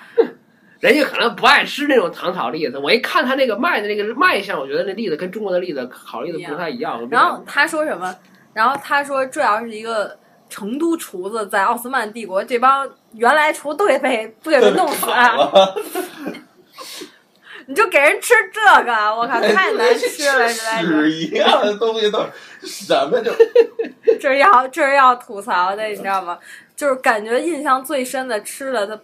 S13: 人家可能不爱吃那种糖炒栗子。我一看他那个卖的那个卖相，我觉得那栗子跟中国的栗子烤栗子不太一样。我没买
S10: 然后他说什么？然后他说这要是一个。成都厨子在奥斯曼帝国，这帮原来厨都给被不给被弄死啊， *laughs* 你就给人吃这个，我靠，太难吃了，实在哎是。
S8: 屎一样的东西都是什么就
S10: 这是要这是要吐槽的，你知道吗？就是感觉印象最深的吃的，它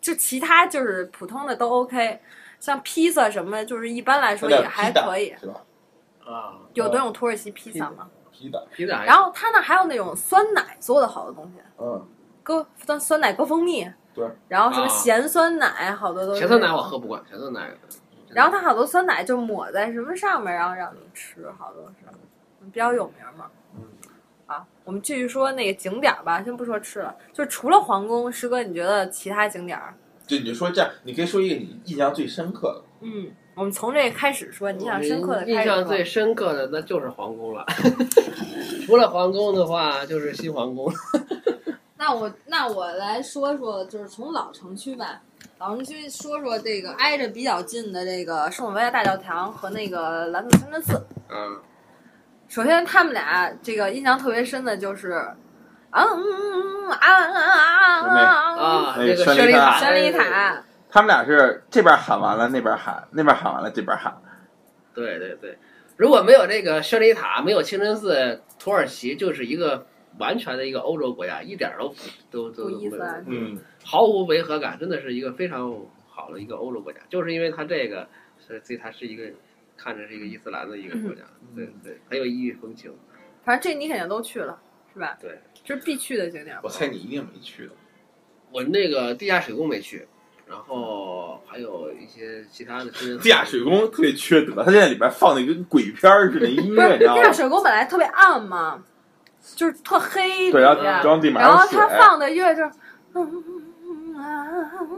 S10: 就其他就是普通的都 OK，像披萨什么的，就是一般来说也还可以。
S8: 是吧？
S13: 啊，
S10: 有那种土耳其嗯披萨嘛？
S8: 皮蛋，
S13: 皮仔
S10: 然后它那还有那种酸奶做的好的东西，
S8: 嗯，
S10: 搁酸酸奶搁蜂蜜，
S8: 对，
S10: 然后什么
S13: 啊
S10: 咸酸奶，好多都是
S13: 咸酸奶我喝不惯，咸酸奶。
S10: 然后它好多酸奶就抹在什么上面，然后让你吃，好多是比较有名嘛。啊，我们继续说那个景点儿吧，先不说吃了，就除了皇宫，师哥你觉得其他景点儿？
S8: 就你就说这样，你可以说一个你印象最深刻
S10: 嗯，我们从这个开始说，你想深刻的
S13: 印
S10: 开始
S13: 象
S10: 说。
S13: 最深刻的那就是皇宫了。 *laughs* 除了皇宫的话，就是新皇
S10: *laughs*
S13: 宫。
S10: 那我那我来说说，就是从老城区吧，老城区说说这个挨着比较近的这个圣母维亚大教堂和那个蓝色清真寺。
S13: 嗯，
S10: 首先，他们俩这个印象特别深的就是，啊嗯嗯嗯啊啊啊啊啊
S8: 那
S13: 这
S8: 个
S13: 个
S8: 宣
S13: 丽
S8: 礼塔
S10: 宣
S13: 哎
S10: 礼，塔，
S8: 他们俩是这边喊完了，那边喊，那边喊完了，这边喊。
S13: 对对对，如果没有这个宣礼塔，没有清真寺，土耳其就是一个完全的一个欧洲国家，一点儿都都都
S10: 不啊伊斯兰
S13: 没有
S2: 嗯，
S13: 毫无违和感，真的是一个非常好的一个欧洲国家，就是因为它这个，所以所以它是一个看着是一个伊斯兰的一个国家，对对，很有异域风情。
S10: 反正这你肯定都去了，是吧？
S13: 对，
S10: 这是必去的景点。
S2: 我猜你一定没去的。
S13: 我那个地下水宫没去，然后还有一些其他的
S8: *laughs*
S13: 清真寺
S8: 地下水宫特别缺德，他现在里边放的跟鬼片儿似的音
S10: 不
S8: 乐，
S10: 是
S8: 你知道
S10: 地
S8: 吗
S10: 下？水宫本来特别暗嘛，就是特黑，
S8: 对，然后
S10: 里面
S8: 然后地哎马
S10: 然
S8: 上
S10: 后
S8: 水，
S10: 他放的乐就是， *laughs*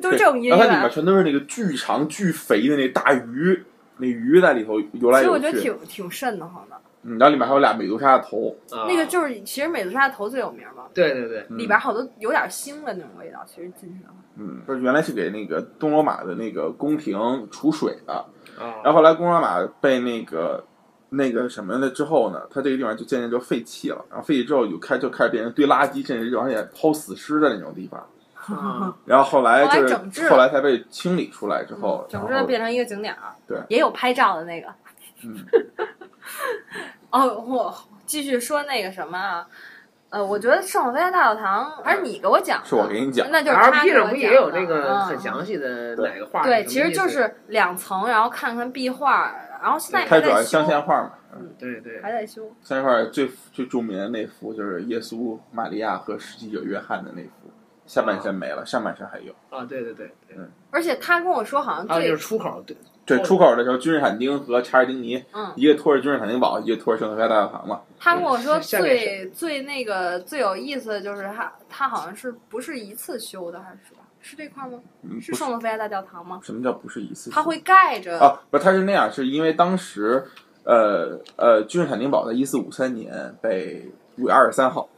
S10: 都是这种音
S8: 然后它里面
S10: 乐。
S8: 全都是那个巨长巨肥的那大鱼，那鱼在里头游
S10: 其
S8: 来
S10: 实我
S8: 游
S10: 觉得
S8: 去。
S10: 挺挺瘆得慌的，
S8: 嗯，然后里面还有俩美杜莎的头，
S13: 啊
S10: 那个就是其实美杜莎头最有名嘛，
S13: 对对对，
S8: 嗯
S10: 里边好多有点腥的那种味道，其实进去的话。
S8: 嗯，说原来是给那个东罗马的那个宫廷储水的，
S13: 啊
S8: 然后后来东罗马被那个那个什么了之后呢，它这个地方就渐渐就废弃了，然后废弃之后就开就开始变成堆垃圾，甚至就而且抛死尸的那种地方。
S10: *laughs*
S13: 啊
S8: 然后后来就
S10: 后来
S8: 是
S10: 整治了
S8: 后来才被清理出来之后，
S10: 整
S8: 然
S10: 个嗯
S8: 后
S10: 变成一个景点儿。
S8: 对
S10: 也有拍照的那个。
S8: 嗯
S10: 哦，我继续说那个什么啊，呃，我觉得圣母菲亚大教堂还是你给我讲的，
S8: 嗯是我给你讲，
S10: 那就是
S13: ，R
S10: 他
S13: P
S10: 给
S13: 上
S10: 我
S13: 不
S10: 讲
S13: 也有这
S10: 的
S13: 个很
S10: 嗯
S13: 详细的
S8: 对
S13: 哪个画？
S10: 对，
S13: 什么
S10: 其实就
S13: 意思
S10: 是两层，然后看看壁画，然后现在
S8: 它
S10: 还
S8: 主要
S10: 在
S8: 是镶嵌
S10: 修，
S8: 画嘛，
S13: 对对
S10: 还在修。
S8: 镶嵌画最最著名的那幅就是耶稣、玛利亚和施洗者约翰的那幅，下半身没了，上半身还有。
S13: 啊，对对对对，
S10: 而且他跟我说，好像
S13: 还有
S10: 最、
S13: 啊就是出口对
S8: 对，
S13: 哦
S8: 出口的时候，君士坦丁和查尔丁尼
S10: 嗯，
S8: 一个拖着君士坦丁堡，一个拖着圣何塞大教堂嘛。
S10: 他跟我说
S13: 下面是
S10: 最最那个最有意思的就是他他好像是不是一次修的，还是什么？是这块吗？
S8: 嗯，
S10: 是
S8: 不是
S10: 圣母菲亚大教堂吗？
S8: 什么叫不是一次性？
S10: 他会盖着
S8: 啊，不是，他是那样，是因为当时，呃呃，君士坦丁堡在一四五三年被五月二十三号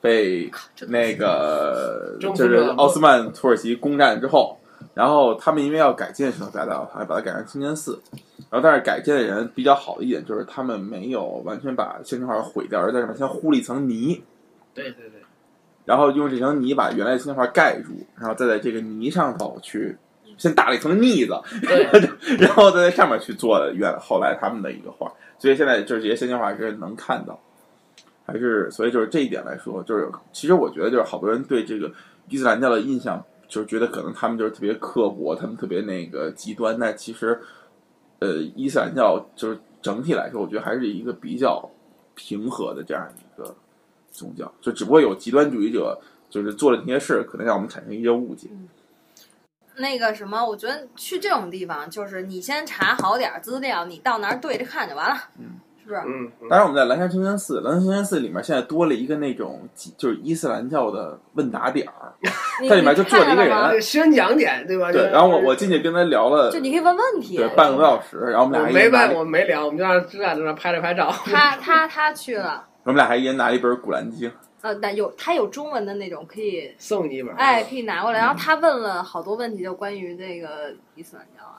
S8: 被那个
S13: 征服
S8: 就是
S13: 者
S8: 奥斯曼土耳其攻占之后，然后他们因为要改建圣何塞大教堂，把它改成清真寺。然后，但是改建的人比较好的一点就是，他们没有完全把清真画毁掉，而在上面先糊了一层泥。
S13: 对对
S10: *laughs*
S13: 对，
S8: 然后用这层泥把原来的青花盖住，然后再在这个泥上头去先打了一层腻子，然后再在上面去做的原后来他们的一个画，所以现在就是这些先进画是能看到，还是所以就是这一点来说，就是其实我觉得就是好多人对这个伊斯兰教的印象，就是觉得可能他们就是特别刻薄，他们特别那个极端，但其实呃伊斯兰教就是整体来说，我觉得还是一个比较平和的这样一个宗教，就只不过有极端主义者就是做了那些事，可能让我们产生一些误解。
S10: 那个什么，我觉得去这种地方，就是你先查好点儿资料，你到哪儿对着看就完了，
S8: 嗯
S10: 是不是？
S13: 嗯嗯
S8: 当然，我们在蓝山清真寺，蓝山清真寺里面现在多了一个那种就是伊斯兰教的问答点儿，
S10: 你
S8: 在里面就坐着一个人
S10: 你看了吗
S13: 啊，宣讲点对吧？就
S8: 对。
S13: 是
S8: 然后我我进去跟他聊了
S10: 就你可以问问题。
S8: 对半个多小时，然后我们
S13: 我
S8: 俩一
S13: 没
S8: 人拿
S13: 问，
S8: 了
S13: 我没聊，我们就让就在那拍了拍照。
S10: 他他他去了，
S8: 我们俩还一人拿了一本《古兰经》，
S10: 呃，那有他有中文的那种，可以
S13: 送你一本，啊
S10: 哎可以拿过来。然
S13: 嗯
S10: 后他问了好多问题，就关于这个伊斯兰教啊。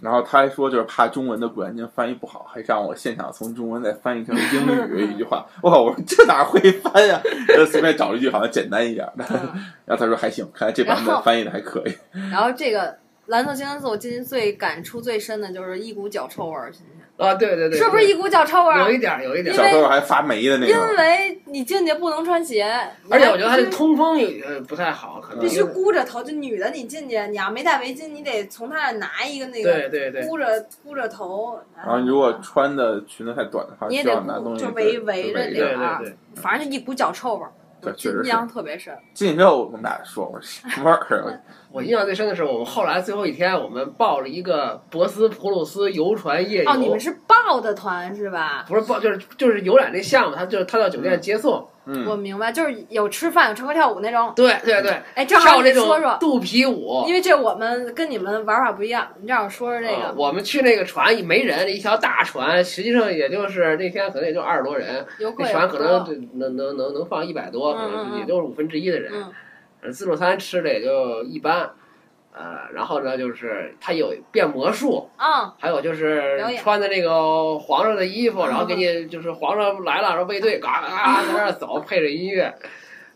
S8: 然后他还说就是怕中文的《古兰经》翻译不好，还让我现场从中文再翻译成英
S10: *laughs*
S8: 语一句话。我靠，我说这哪会翻呀？就随便找了一句好像简单一点的。
S10: 嗯
S8: 然后他说还行，看来这版
S10: 然
S8: 本
S10: 后
S8: 翻译的还可以。
S10: 嗯然后这个蓝色清真寺，我进去最感触最深的就是一股脚臭味儿，进去
S13: 啊，对对对，
S10: 是不是一股脚臭味
S13: 有一
S10: 儿？啊
S13: 点儿有一点
S10: 因
S13: 儿
S8: 小
S10: 为
S8: 时候还发霉的那
S10: 因
S8: 种。
S10: 为你进去不能穿鞋，
S13: 而且我觉得它
S10: 你
S13: 这
S10: 还
S13: 通风也呃不太好，可能
S10: 必须
S13: 因为
S10: 箍着头，就女的你进去，你要没带围巾，你得从她那儿拿一个那
S13: 对
S10: 个
S13: 对对，
S10: 箍着箍着头。然
S8: 然后如果穿的裙子太短的话，
S10: 你也
S8: 需
S10: 得
S8: 要拿东
S10: 箍
S8: 西
S10: 就
S8: 去
S10: 围
S8: 去
S10: 围着
S8: 围
S10: 这
S13: 对
S10: 个
S13: 对
S10: 啊
S13: 对，
S10: 反正就一股脚臭味儿，
S8: 对，确实
S10: 印
S8: 是
S10: 象。特别深。
S8: 进去之后，我们俩说：“我说什么味儿啊
S13: 我印象最深的是，我们后来最后一天，我们报了一个博斯普鲁斯游船夜游，
S10: 哦，你们是报的团是吧？
S13: 不是报就是就是游览这项目，他就是他到酒店接送，？”
S10: 我
S8: 嗯，
S10: 明白，就是有吃饭，有唱歌跳舞那种。
S13: 对对对，
S10: 哎，正好
S13: 跳
S10: 你
S13: 这
S10: 说
S13: 种
S10: 说，
S13: 肚皮舞
S10: 因。为这我们跟你们玩法不一样，你正好说说这
S13: 啊
S10: 个。
S13: 我们去那个船没人，一条大船，实际上也就是那天可能也就二十多人，
S10: 游客
S13: 那
S10: 也
S13: 船
S10: 不
S13: 可
S10: 多
S13: 能就能能能能放一百多，可
S10: 嗯嗯
S13: 能
S10: 嗯
S13: 也就是五分之一的人。
S10: 嗯
S13: 呃自助餐吃的也就一般，呃，然后呢就是他有变魔术，
S10: 啊，
S13: 还有就是
S10: 表演
S13: 穿的那个皇上的衣服，
S10: 嗯 *laughs*
S13: 然后给你就是皇上来了，然后卫队嘎嘎嘎在那儿走，配着音乐，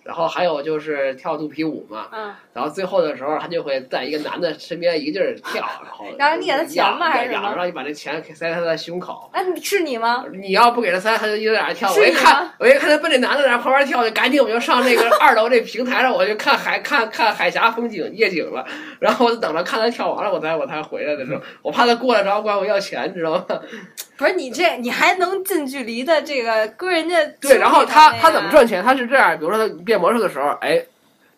S13: 然后还有就是跳肚皮舞嘛，
S10: 嗯，
S13: 然后最后的时候，他就会在一个男的身边一个劲儿跳，然后
S10: 然后你给他钱吗还是什么
S13: 然后让你把那钱给塞在他的胸口。
S10: 哎，你是你吗？
S13: 你要不给他塞，他就一直在那儿跳。
S10: 是
S13: 我一
S10: 你
S13: 看
S10: 吗，
S13: 我一看他奔这男的在那旁边跳，就赶紧我就
S10: *laughs*
S13: 上那个二楼这平台上，我就看海看看海峡风景夜景了。然后我就等着看他跳完了，我才我才回来的时
S10: 嗯
S13: 候，我怕他过来找我管我要钱，你
S10: *laughs*
S13: 知道吗？
S10: 不是你这，你还能近距离的这个跟人家
S13: 对，然后他
S10: 兄弟
S13: 他
S10: 谈恋爱
S13: 怎么？赚钱？他是这样，比如说他变魔术的时候，哎，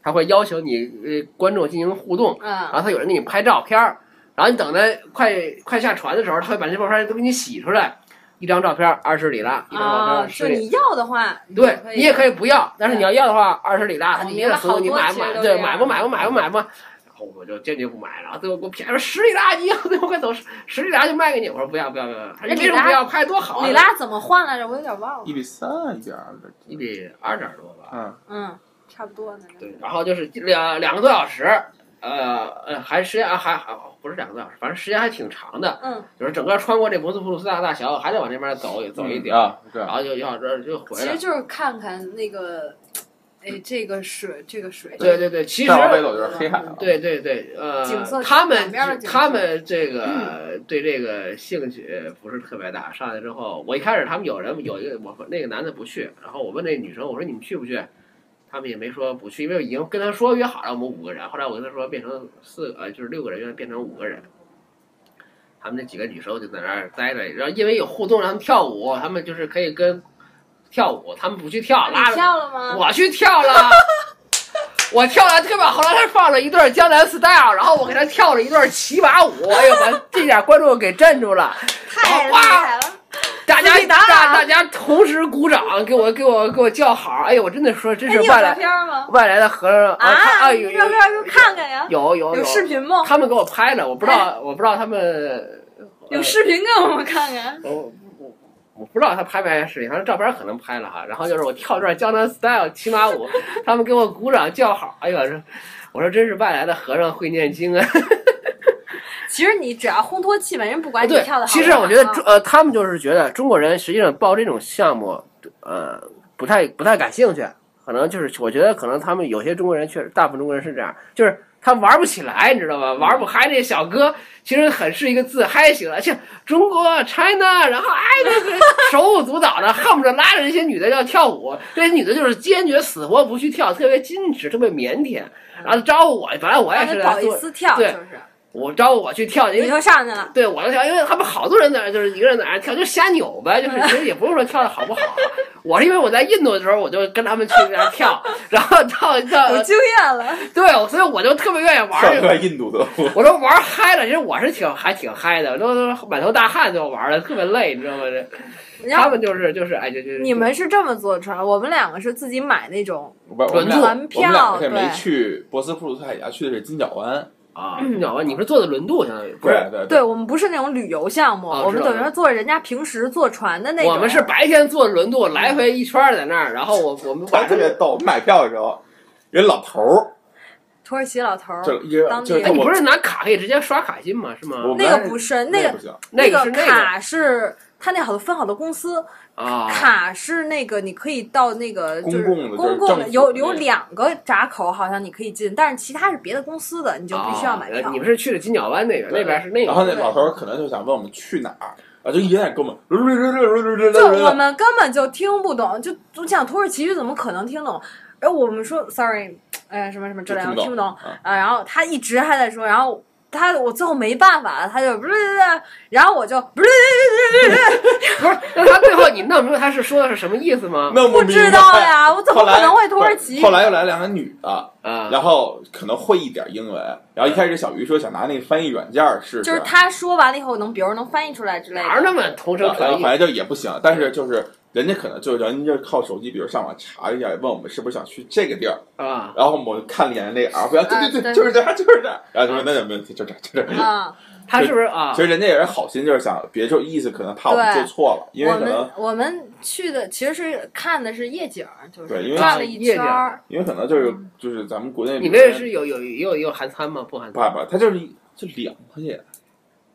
S13: 他会要求你呃观众进行互动，然
S10: 嗯，
S13: 后他有人给你拍照片儿，然后你等他快快下船的时候，他会把这照片儿都给你洗出来，一张照片二十里拉，一张照片
S10: 啊，
S13: 二
S10: 就
S13: 十里。
S10: 你要的话，
S13: 对
S10: 可以啊
S13: 你也可以不要，但是你要要的话，二十里
S10: 我
S13: 拉，他就一
S10: 明白
S13: 个怂你
S10: 好多
S13: 买
S10: 其
S13: 不
S10: 实
S13: 买？
S10: 都这
S13: 对，
S10: 样
S13: 买不买不买不买不。然后我就坚决不买，然后最后给我便宜说十里拉，你要 *laughs* 最后快走，十里拉就卖给你。我说不要不要不要，他说
S10: 哎
S13: 你为
S10: 里
S13: 什么
S10: 拉
S13: 不要？拍多好啊！
S10: 里拉怎么换来着？我有点忘了。
S8: 一比三，一比二的，
S13: 一比二点多吧，
S8: 嗯，
S10: 嗯，差不多呢。
S13: 对，然后就是两两个多小时，呃呃，还时间还还不是两个多小时，反正时间还挺长的。
S10: 嗯，
S13: 就是整个穿过这博斯普鲁斯大大桥，还得往那边走走一点，
S8: 啊，对
S13: 然，后就嗯要这就回
S10: 其
S13: 来
S10: 实。就是看看那个，哎，这个水，这个水，
S13: 对对对，其实
S8: 再往北走就是黑海啊了，
S13: 对对对，呃
S10: 景色，
S13: 他
S10: 两
S13: 们
S10: 边的景色嗯
S13: 他们这个对这个兴趣不是特别大。上来之后，我一开始他们有人有一个我那个男的不去，然后我问那女生，我说你们去不去？他们也没说不去，因为已经跟他说约好了我们五个人，后来我跟他说变成四个呃就是六个人，原来变成五个人。他们那几个女生就在那儿待着，然后因为有互动，让他们跳舞，他们就是可以跟跳舞，他们不去跳，拉
S10: 你
S13: 着
S10: 跳了吗？
S13: 我去跳了，我跳了特别好。后来他放了一段江南 style，然后我给他跳了一段骑马舞，哎呦，把这点观众给镇住了，
S10: 太厉
S13: 哇
S10: 害了！哎
S13: 大家
S10: 自己打
S13: 大
S10: 啊
S13: 大家同时鼓掌，给我给我给我叫好，哎呦，我真的说真
S10: 哎，
S13: 是
S10: 你有照
S13: 外来
S10: 片吗？
S13: 外来的和尚
S10: 啊，
S13: 看哎呦
S10: 你要不要去看看呀？
S13: 有有有，呃
S10: 视频吗？哎
S13: 他们给我拍了，我不知道我不知道他们
S10: 有视频给我们看看。
S13: 呃我我我不知道他拍没拍视频，反正照片可能拍了哈。然后就是我跳段江南 style 骑马舞，他们给我鼓掌叫好，哎呦，我说我说真是外来的和尚会念经啊！
S10: 其实你只要烘托气氛，人不管你
S13: 对
S10: 跳的，好不好。
S13: 其实我觉得
S10: 啊
S13: 中呃，他们就是觉得中国人实际上报这种项目，呃，不太不太感兴趣。可能就是我觉得可能他们有些中国人确实，大部分中国人是这样，就是他玩不起来，你知道吗？玩不嗨，这小哥其实很是一个自嗨型的，像中国 China，然后哎，就是手舞足蹈的，恨不得拉着这些女的要跳舞，这些女的就是坚决死活不去跳，特别矜持，特别腼腆，然后招呼我，本来我也
S10: 让
S13: 是
S10: 他不
S13: 来
S10: 好意
S13: 做，
S10: 思跳，
S13: 对
S10: 就是
S13: 我招呼我去跳，因为
S10: 你就上去了。
S13: 对，我就跳，因为他们好多人在那儿就是一个人在那儿跳，就瞎扭呗，就是其实也不是说跳的好不好。啊
S10: *laughs*
S13: 我是因为我在印度的时候，我就跟他们去那
S10: *laughs*
S13: 儿跳，然后跳
S10: 有
S13: 跳，
S10: 经验 *laughs* 了，
S13: 对，所以我就特别愿意玩
S8: 上
S13: 这个。
S8: 课印度的，
S13: 我说玩嗨了，其实我是挺还挺嗨的，都都满头大汗就玩了，特别累，你知道吗？这
S10: 你
S13: 他们就是就是哎，就就
S10: 你们是这么坐船，我们两个是自己买那种
S8: 不 *laughs* 是我们俩
S10: 船
S8: 我们两
S10: 票
S8: 个也没
S10: 对
S8: 去波斯普鲁斯海峡，去的是金角湾，
S13: 啊，你知道吗？你们是坐的轮渡，相当于不
S8: 对
S13: 是。
S8: 对
S10: 对我们不是那种旅游项目，
S13: 哦
S10: 我们
S13: 知道
S10: 等于说坐人家平时坐船的那种。
S13: 我们是白天坐轮渡来回一圈儿在那儿，然后我我们
S8: 我
S13: 晚
S8: 特
S13: 上
S8: 别逗，买票的时候，人老头儿
S10: 土耳其老头儿，
S8: 就一人
S10: 当地
S8: 就是
S10: 人
S13: 哎，你
S8: 我
S13: 不是拿卡可以直接刷卡金吗？是吗？
S8: 我们
S10: 那个不是
S8: 那
S10: 那
S8: 不
S10: 个
S8: 行，
S13: 那个
S10: 个
S13: 是那个
S10: 卡是。他那好多分好多公司，
S13: 啊，
S10: 卡是那个你可以到那个就是
S8: 公共的
S10: 公
S8: 就是
S10: 共
S8: 政府
S10: 有
S8: 的
S10: 有
S8: 那个
S10: 两个闸口好像你可以进，但是其他是别的公司的，你就必须要买
S13: 啊
S8: 哎
S10: 票。
S13: 你们是去的金角湾那个，那边是那个。
S8: 然后那老头儿可能就想问我们去哪儿，啊，就一直在跟我们，
S10: 就我们根本就听不懂，就就讲土耳其语怎么可能听懂？然后我们说 sorry，呃，什么什么之类的，
S8: 就
S10: 我
S8: 听
S10: 听不
S8: 不懂
S10: 懂
S8: 啊
S10: 啊。然后他一直还在说，然后他我最后没办法了，他就 *laughs* 不是，然后我就 *laughs* 不是
S13: 不是， *laughs* 那他最后你弄明白他是说的是什么意思吗？
S8: 那
S10: 不知道呀，我怎么
S8: 后来
S10: 可能会土耳其？
S8: 后来又来两个女的，
S13: 啊，
S8: 然后可能会一点英文，然后一开始小鱼说想拿那个翻译软件儿试试，
S10: 就是他说完了以后，能比如能翻译出来之类
S13: 哪儿
S10: 的。
S13: 那么同
S8: 然
S13: 声
S8: 后然
S13: 传
S8: 后
S13: 译
S8: 反正就也不行，但是就是人家可能就是人家靠手机，比如上网查一下，问我们是不是想去这个地儿，
S13: 啊？
S8: 然后我们看了一
S10: *laughs*
S8: 眼那个 R，不要，对对
S10: 啊对
S8: 对，就是这样，就是这样，然后就说那就没问题，就这样，就这样。
S10: 啊，
S13: 他是不是啊
S8: 其？实人家也是好心，就是想别就意思，可能怕我们
S10: 对
S8: 做错了，因为
S10: 我
S8: 可能
S10: 们我们去的其实是看的是夜景，就
S8: 对因
S10: 是
S8: 为
S10: 转了一
S13: 哦夜
S10: 圈
S13: 景
S10: 儿。
S8: 因为可能就是就是咱们国内
S13: 你们是有有有有有含餐吗？不含
S8: 爸
S13: 餐
S8: 爸，他就是一就两块钱，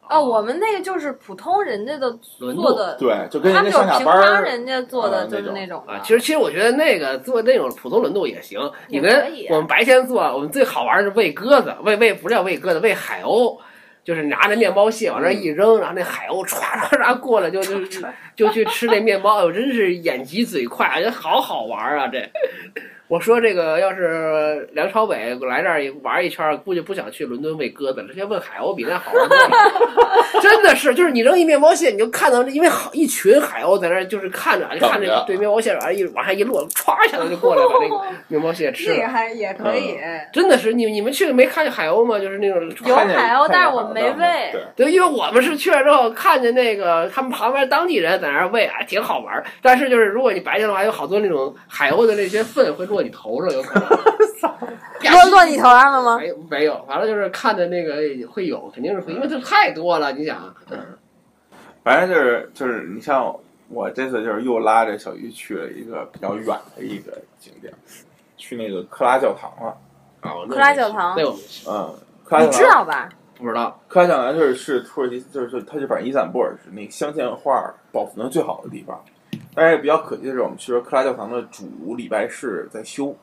S10: 哦，我们那个就是普通人家的
S13: 轮
S10: 做
S13: 渡
S10: 的，
S8: 对，就跟
S10: 他
S8: 人
S10: 们
S8: 家
S10: 有
S8: 上下
S10: 平
S8: 班
S10: 常
S8: 儿，
S10: 人家做的
S8: 嗯
S10: 就是
S8: 那
S10: 种的。
S13: 啊，其实其实我觉得那个做那种普通轮渡也行。你
S10: 也可
S13: 们
S10: 以啊
S13: 我们白天做，我们最好玩的是喂鸽子，喂喂不是叫喂鸽子，喂海鸥，就是拿着面包屑往那儿一扔，
S8: 嗯
S13: 然后那海鸥唰唰唰过来就就就就去吃那面包，哎呦，真是眼疾嘴快，哎呀，好好玩啊这。我说这个，要是梁朝伟来这儿玩一圈，估计不想去伦敦喂鸽子了，直接问海鸥比那好玩多了。 *laughs* 真的是，就是你扔一面包屑，你就看到，因为好一群海鸥在那儿，就是看着，啊就看
S1: 等着
S13: 着对面包屑往上一往上一落，歘一下子就过来把那个
S10: *laughs*
S13: 嗯面包屑吃
S10: 那个
S13: 了。
S10: 还也可以，哎
S13: 真的是，你你们去没看见海鸥吗？就是那种
S10: 有
S8: 看见
S10: 海鸥
S8: 看见
S10: 但是我们没喂
S8: 对，
S13: 对，因为我们是去了之后看见那个他们旁边当地人在那儿喂，还挺好玩儿。但是就是如果你白天的话，有好多那种海鸥的那些粪会落你头上，有可能。
S10: *laughs* 落落你头上了吗？
S13: 没没有，完了就是看着那个会有，肯定是会，因为它太多了。你想，
S10: 啊
S8: 反正就是就是你像我这次就是又拉着小鱼去了一个比较远的一个景点，去那个克拉教堂了。啊
S13: 哦，
S10: 克拉教堂
S13: 那我没去
S8: 嗯，克拉
S10: 你
S8: 教
S10: 知
S8: 堂，
S10: 道吧？
S13: 不知道。
S8: 克拉教堂就是是土耳其，就是它就反正伊斯坦布尔是那个镶嵌画保存的最好的地方。但是比较可惜的是，我们去了克拉教堂的主礼拜室在修，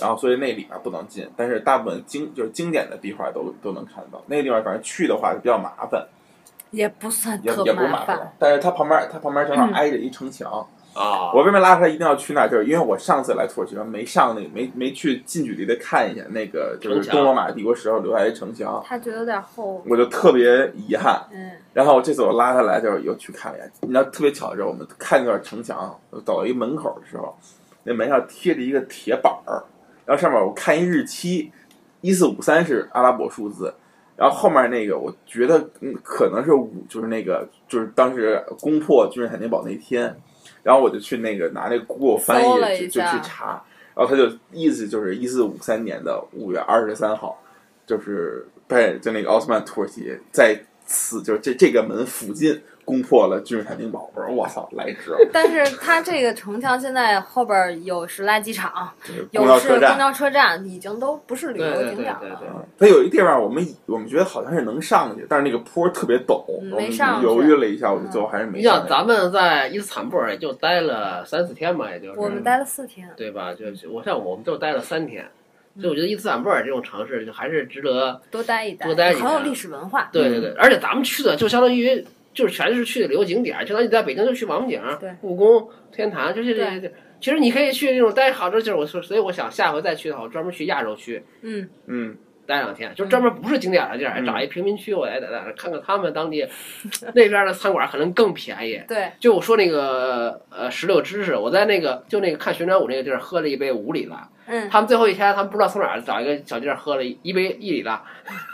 S8: 然后所以那里面不能进，但是大部分经就是经典的壁画都都能看到。那个地方反正去的话就比较麻烦，
S10: 也不算
S8: 也
S10: 特
S8: 也不是麻
S10: 烦，
S8: 烦，但是它旁边它旁边正好挨着一城墙。
S13: 啊
S8: 我为什么拉出来一定要去那儿？就是因为我上次来土耳其没上那个，没没去近距离的看一眼那个，就
S13: 城
S8: 是
S13: 墙
S8: 东罗马帝国时候留下来的城墙，
S10: 他觉得有点厚，
S8: 我就特别遗憾。
S10: 嗯，
S8: 然后这次我拉他来就是又去看了一眼，你知道特别巧的是，我们看那段城墙，我走到一门口的时候，那门上贴着一个铁板儿，然后上面我看一日期，一四五三是阿拉伯数字，然后后面那个我觉得嗯可能是五，就是那个就是当时攻破君士坦丁堡那天，然后我就去那个拿那个 Google 翻
S10: 搜了
S8: 译
S10: 一
S8: 就就
S10: 下
S8: 去查，然后他就意思就是一四五三年的五月二十三号，就是被就那个奥斯曼土耳其在此就是这这个门附近攻破了君士坦丁堡。我说我操，来啊迟了，
S10: 但是他这个城墙现在后边有是垃圾场，
S8: 就是
S10: 有
S8: 公交
S10: 是
S8: 车
S10: 公
S8: 站。
S10: 交车站，已经都不是旅
S13: 对
S10: 游
S13: 对对
S10: 景点啊
S13: 对
S10: 了。
S13: 对，
S8: 它有一地方，我们以我们觉得好像是能上去，但是那个坡特别陡，
S10: 嗯
S8: 我
S10: 没
S8: 们
S10: 上去嗯
S8: 犹豫了一下，我就最后还是
S13: 你
S8: 没上
S13: 想
S8: 去。
S13: 咱们在伊斯坦布尔也就待了三四天吧，也就是
S10: 我们待了四天，
S13: 对吧？就是我像我们就待了三天，所以我觉得伊斯坦布尔这种城市就还是值得。
S10: 多待一待，
S13: 多待一
S10: 很有
S13: 待
S10: 历史文化。
S13: 对对对，而且咱们去的就相当于就是全是去的旅游景点，相当于你在北京就去王府井
S10: 对、
S13: 故宫、天坛，就是这
S10: 对
S13: 些。其实你可以去那种待好，这就是我说，所以我想下回再去的话，我专门去亚洲区
S10: 嗯，
S8: 嗯，
S13: 待两天，就专门不是景点的地儿，还哎找一贫民区，我来在那儿看看他们当地那边的餐馆可能更便宜。
S10: 对，
S13: 就我说那个呃石榴芝士，我在那个就那个看旋转舞那个地儿喝了一杯五里拉，
S10: 嗯，
S13: 他们最后一天他们不知道从哪儿找一个小地儿喝了一杯一里拉， *laughs*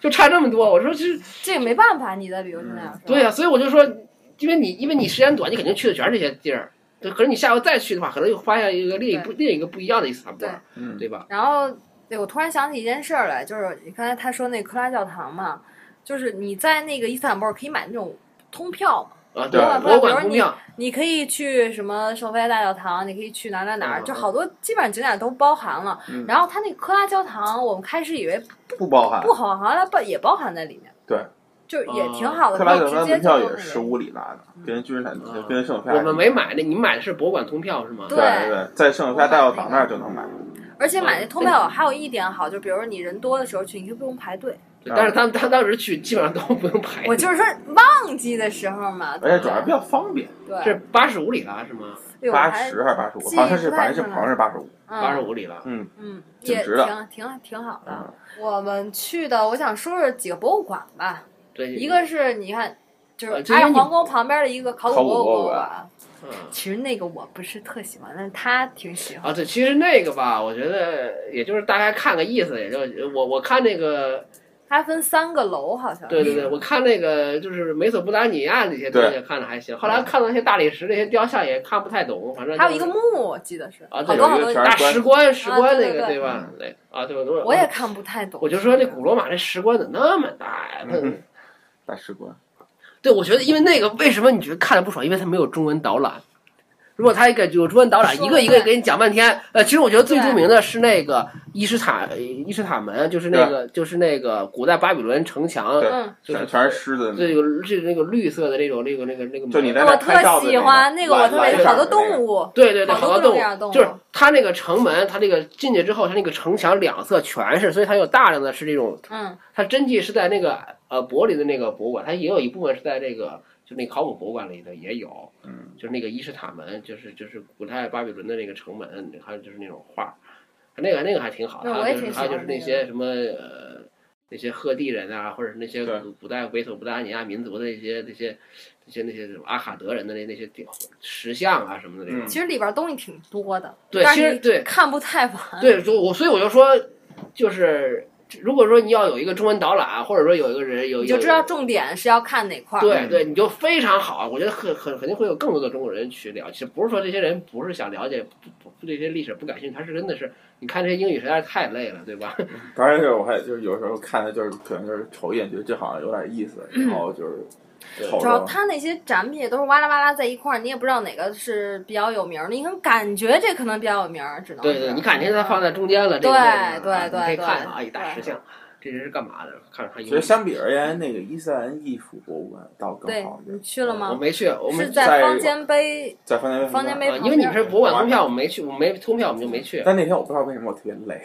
S13: 就差这么多。我说这
S10: 这个没办法，你在旅游景点。
S13: 对
S8: 嗯
S13: 呀、所以我就说，因为你因为你时间短，你肯定去的全是这些地儿。对，可是你下回再去的话，可能又发现一个另一不另一个不一样的伊斯坦布尔，
S8: 嗯
S13: 对吧？
S10: 然后，对我突然想起一件事儿来，就是你刚才他说那克拉教堂嘛，就是你在那个伊斯坦布尔可以买那种通票嘛，
S13: 啊，
S8: 对
S10: 吧
S13: 博
S10: 比
S13: 物
S10: 如
S13: 馆公
S10: 你
S13: 庙，
S10: 你可以去什么圣菲亚大教堂，你可以去哪儿哪儿哪儿，
S13: 嗯
S10: 就好多基本上景点都包含了。
S8: 嗯
S10: 然后它那个科拉教堂，我们开始以为
S8: 不包含
S10: 不好，好像它包也包含在里面。
S8: 对，嗯
S10: 就也
S13: 哦
S10: 挺好的，
S8: 克拉
S10: 可
S8: 教
S10: 以
S8: 堂
S10: 直接就
S8: 门票
S10: 那
S8: 也
S10: 个
S8: 是十五里拉的，跟君士坦
S13: 嗯
S8: 跟圣菲亚
S13: 我们没买那，你买的是博物馆通票是吗？
S10: 对
S8: 对对，在圣菲亚大教堂那儿就能买。
S10: 而且买那通票还有一点好，就比如说你人多的时候去，你就不用排队。
S13: 对但是他们他当时去基本上都不用排队，
S10: 我就是说旺季的时候嘛，
S13: 哎
S8: 而且主要比较方便，
S13: 是
S10: 对，
S13: 八十五里拉是吗？
S10: 对我
S8: 八
S10: 还
S8: 十还是八十五，
S10: 记
S8: 好像是
S10: 不
S8: 反
S10: 太
S8: 正是
S10: 清了
S8: 好像是八十五。
S13: 八十
S10: 嗯
S13: 五里拉，
S8: 嗯，
S10: 嗯，
S8: 挺
S10: 也
S8: 值的
S10: 挺挺挺好的
S13: 啊
S8: 嗯。
S10: 我们去的，我想说说几个博物馆吧。
S13: 对，
S10: 一个是你看，就
S13: 嗯呃
S10: 是
S13: 今天
S10: 埃尔
S13: 你
S10: 皇宫旁边的一个考古
S8: 考古
S10: 博
S8: 博物
S10: 物
S8: 馆
S10: 馆。
S13: 嗯
S10: 其实那个我不是特喜欢，但是他挺喜欢。
S13: 啊，对，其实那个吧，我觉得也就是大概看个意思，也就我我看那个，
S10: 它分三个楼，好像。
S13: 对对对，。我看那个就是美索不达米亚那些东西看着还行，后来看到那些大理石那些雕像也看不太懂，反正
S10: 嗯还有一
S13: 就是
S10: 个墓，我记得是。
S13: 啊，
S10: 好
S13: 对，
S10: 多
S13: 有
S10: 好
S13: 一
S10: 多
S13: 个
S8: 全
S10: 人，
S8: 是
S13: 大石棺，石
S10: 啊
S13: 棺
S10: 对
S13: 那个
S10: 对对
S13: 对吧？对啊，对，我
S10: 我也看不太懂。
S13: 我就说这古罗马这石棺怎么那么大呀？它
S8: 嗯大使馆。
S13: 对，我觉得因为那个为什么你觉得看着不爽？因为它没有中文导览。如果他一个有主任导览，
S10: 说
S13: 一个一个
S10: 对
S13: 给你讲半天。呃，其实我觉得最著名的是那个伊什塔伊什塔门，就是那个就是那个古代巴比伦城墙，
S8: 对
S10: 嗯，
S13: 就是
S8: 全全是狮子那
S13: 这
S8: 种，
S13: 有这那个绿色的那种那个那个那个门。
S8: 就你在那
S10: 哦我
S8: 拍照
S10: 特
S8: 的
S10: 喜欢那
S8: 那
S10: 个，我特别好多
S8: 物。
S10: 动物，
S13: 对对对，
S10: 好
S13: 好
S10: 多
S13: 多
S10: 都是
S13: 动
S10: 这样的动
S13: 物，
S10: 物
S13: 就是它那个城门，它这个进去之后，它那个城墙两侧全是，所以它有大量的是这种，
S10: 嗯，
S13: 它真迹是在那个呃柏林的那个博物馆，它也有一部分是在这个就那考古博物馆里的也有，
S8: 嗯，
S13: 就是那个伊什塔门，就是就是古代巴比伦的那个城门，还有就是那种画儿，那个那个还挺好，
S10: 那我
S13: 还
S10: 也
S13: 有就
S10: 挺
S13: 是
S10: 喜
S13: 还
S10: 欢
S13: 有就是
S10: 那
S13: 那
S10: 个
S13: 些什么呃那些赫地人啊，或者是那些
S8: 对
S13: 古古代北索不达米亚民族的那些那些。那些那些什么阿卡德人的那那些雕石像啊什么的那种，
S8: 嗯
S10: 其实里边东西挺多的，
S13: 对
S10: 但
S13: 其
S10: 是
S13: 实
S10: 你
S13: 对
S10: 看不太完。
S13: 对，就我所以我就说，就是如果说你要有一个中文导览，啊或者说有一个人有，
S10: 你就
S13: 有
S10: 知道重点是要看哪块儿。
S13: 对对，你就非常好。我觉得很很肯定会有更多的中国人去了解，不是说这些人不是想了解，不不不对这些历史不感兴趣，他是真的是，你看这些英语实在是太累了，对吧？ *laughs*
S8: 当然，就是我还就是有时候看的，就是可能就是瞅一眼，觉得这好像有点意思，然后就是瞅
S10: 主要
S8: 着。
S10: 它那些展品也都是哇啦哇啦在一块儿，你也不知道哪个是比较有名儿的，你可能感觉这可能比较有名儿，只能
S13: 对
S10: 是
S13: 对，你看人家放在中间了，这
S10: 对
S13: 个位置啊
S10: 对
S13: 你可以
S10: 对
S13: 看
S10: 对
S13: 啊，一
S10: 对
S13: 大石像，这人是干嘛的？看着他
S8: 其
S13: 有
S8: 实相比而言，那个伊斯兰艺术博物馆倒更
S10: 对嗯
S8: 好，一
S10: 你
S8: 点，嗯
S10: 去了
S13: 我
S10: 吗？
S13: 没去，我
S10: 是
S13: 们
S10: 在
S8: 在
S10: 方尖碑，
S8: 在方尖碑。
S10: 方尖碑
S13: 啊，因为你们是博物馆通票，我们没去，我们没通票，我们就没去。
S8: 但那天我不知道为什么我特别累，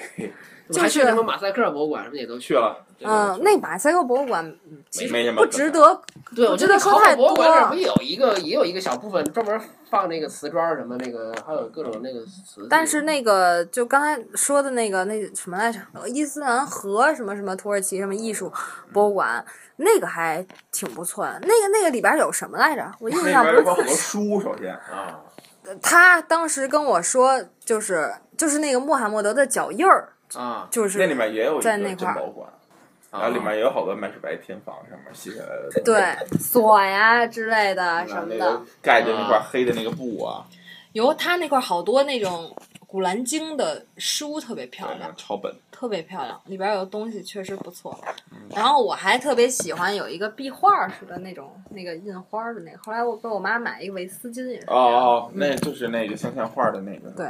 S10: 就是
S13: 还去什么马赛克博物馆什么也都去
S8: 去了，
S13: 对吧
S10: 嗯，那马赛克博物馆其
S8: 没
S10: 实
S8: 什
S10: 不
S8: 么
S10: 值得，
S13: 对，
S10: 我
S13: 我
S10: 觉
S13: 觉
S10: 得
S13: 得
S10: 说
S13: 考
S10: 太
S13: 古
S10: 多啊
S13: 博
S10: 了
S13: 物馆这儿不也有一个，也有一个小部分专门放那个瓷砖儿什么那个，还有各种那个瓷器。
S10: 但是那个就刚才说的那个那什么来着，伊斯兰和什么什么土耳其什么艺术
S8: 嗯
S10: 博物馆，那个还挺不错的。那个那个里边儿有什么来着？我印
S8: 那
S10: 象不
S8: 边
S10: 是
S8: 有
S10: 特
S8: 好多书，首先
S13: 啊，
S10: 他当时跟我说，就是就是那个穆罕默德的脚印儿，
S13: 啊
S10: 就是
S8: 那里面也有一
S10: 在
S8: 个
S10: 那
S8: 珍
S10: 块儿
S8: 宝馆，然后
S13: 啊
S8: 里面也有好多麦士白天房上面写下来的东西，
S10: 对锁呀之类的什么
S8: 那
S10: 的
S8: 个。盖的那块黑的那个布啊，
S10: 有他那块儿好多那种《古兰经》的书特别漂
S8: 对，
S10: 亮，
S8: 抄本。
S10: 特别漂亮，里边儿有东西确实不错。然后我还特别喜欢有一个壁画儿似的那种，那个印花儿的那个。后来我给我妈买一个围丝巾也是这
S8: 哦
S10: 样的，
S8: 哦，那就是那个镶嵌画的那个。
S10: 对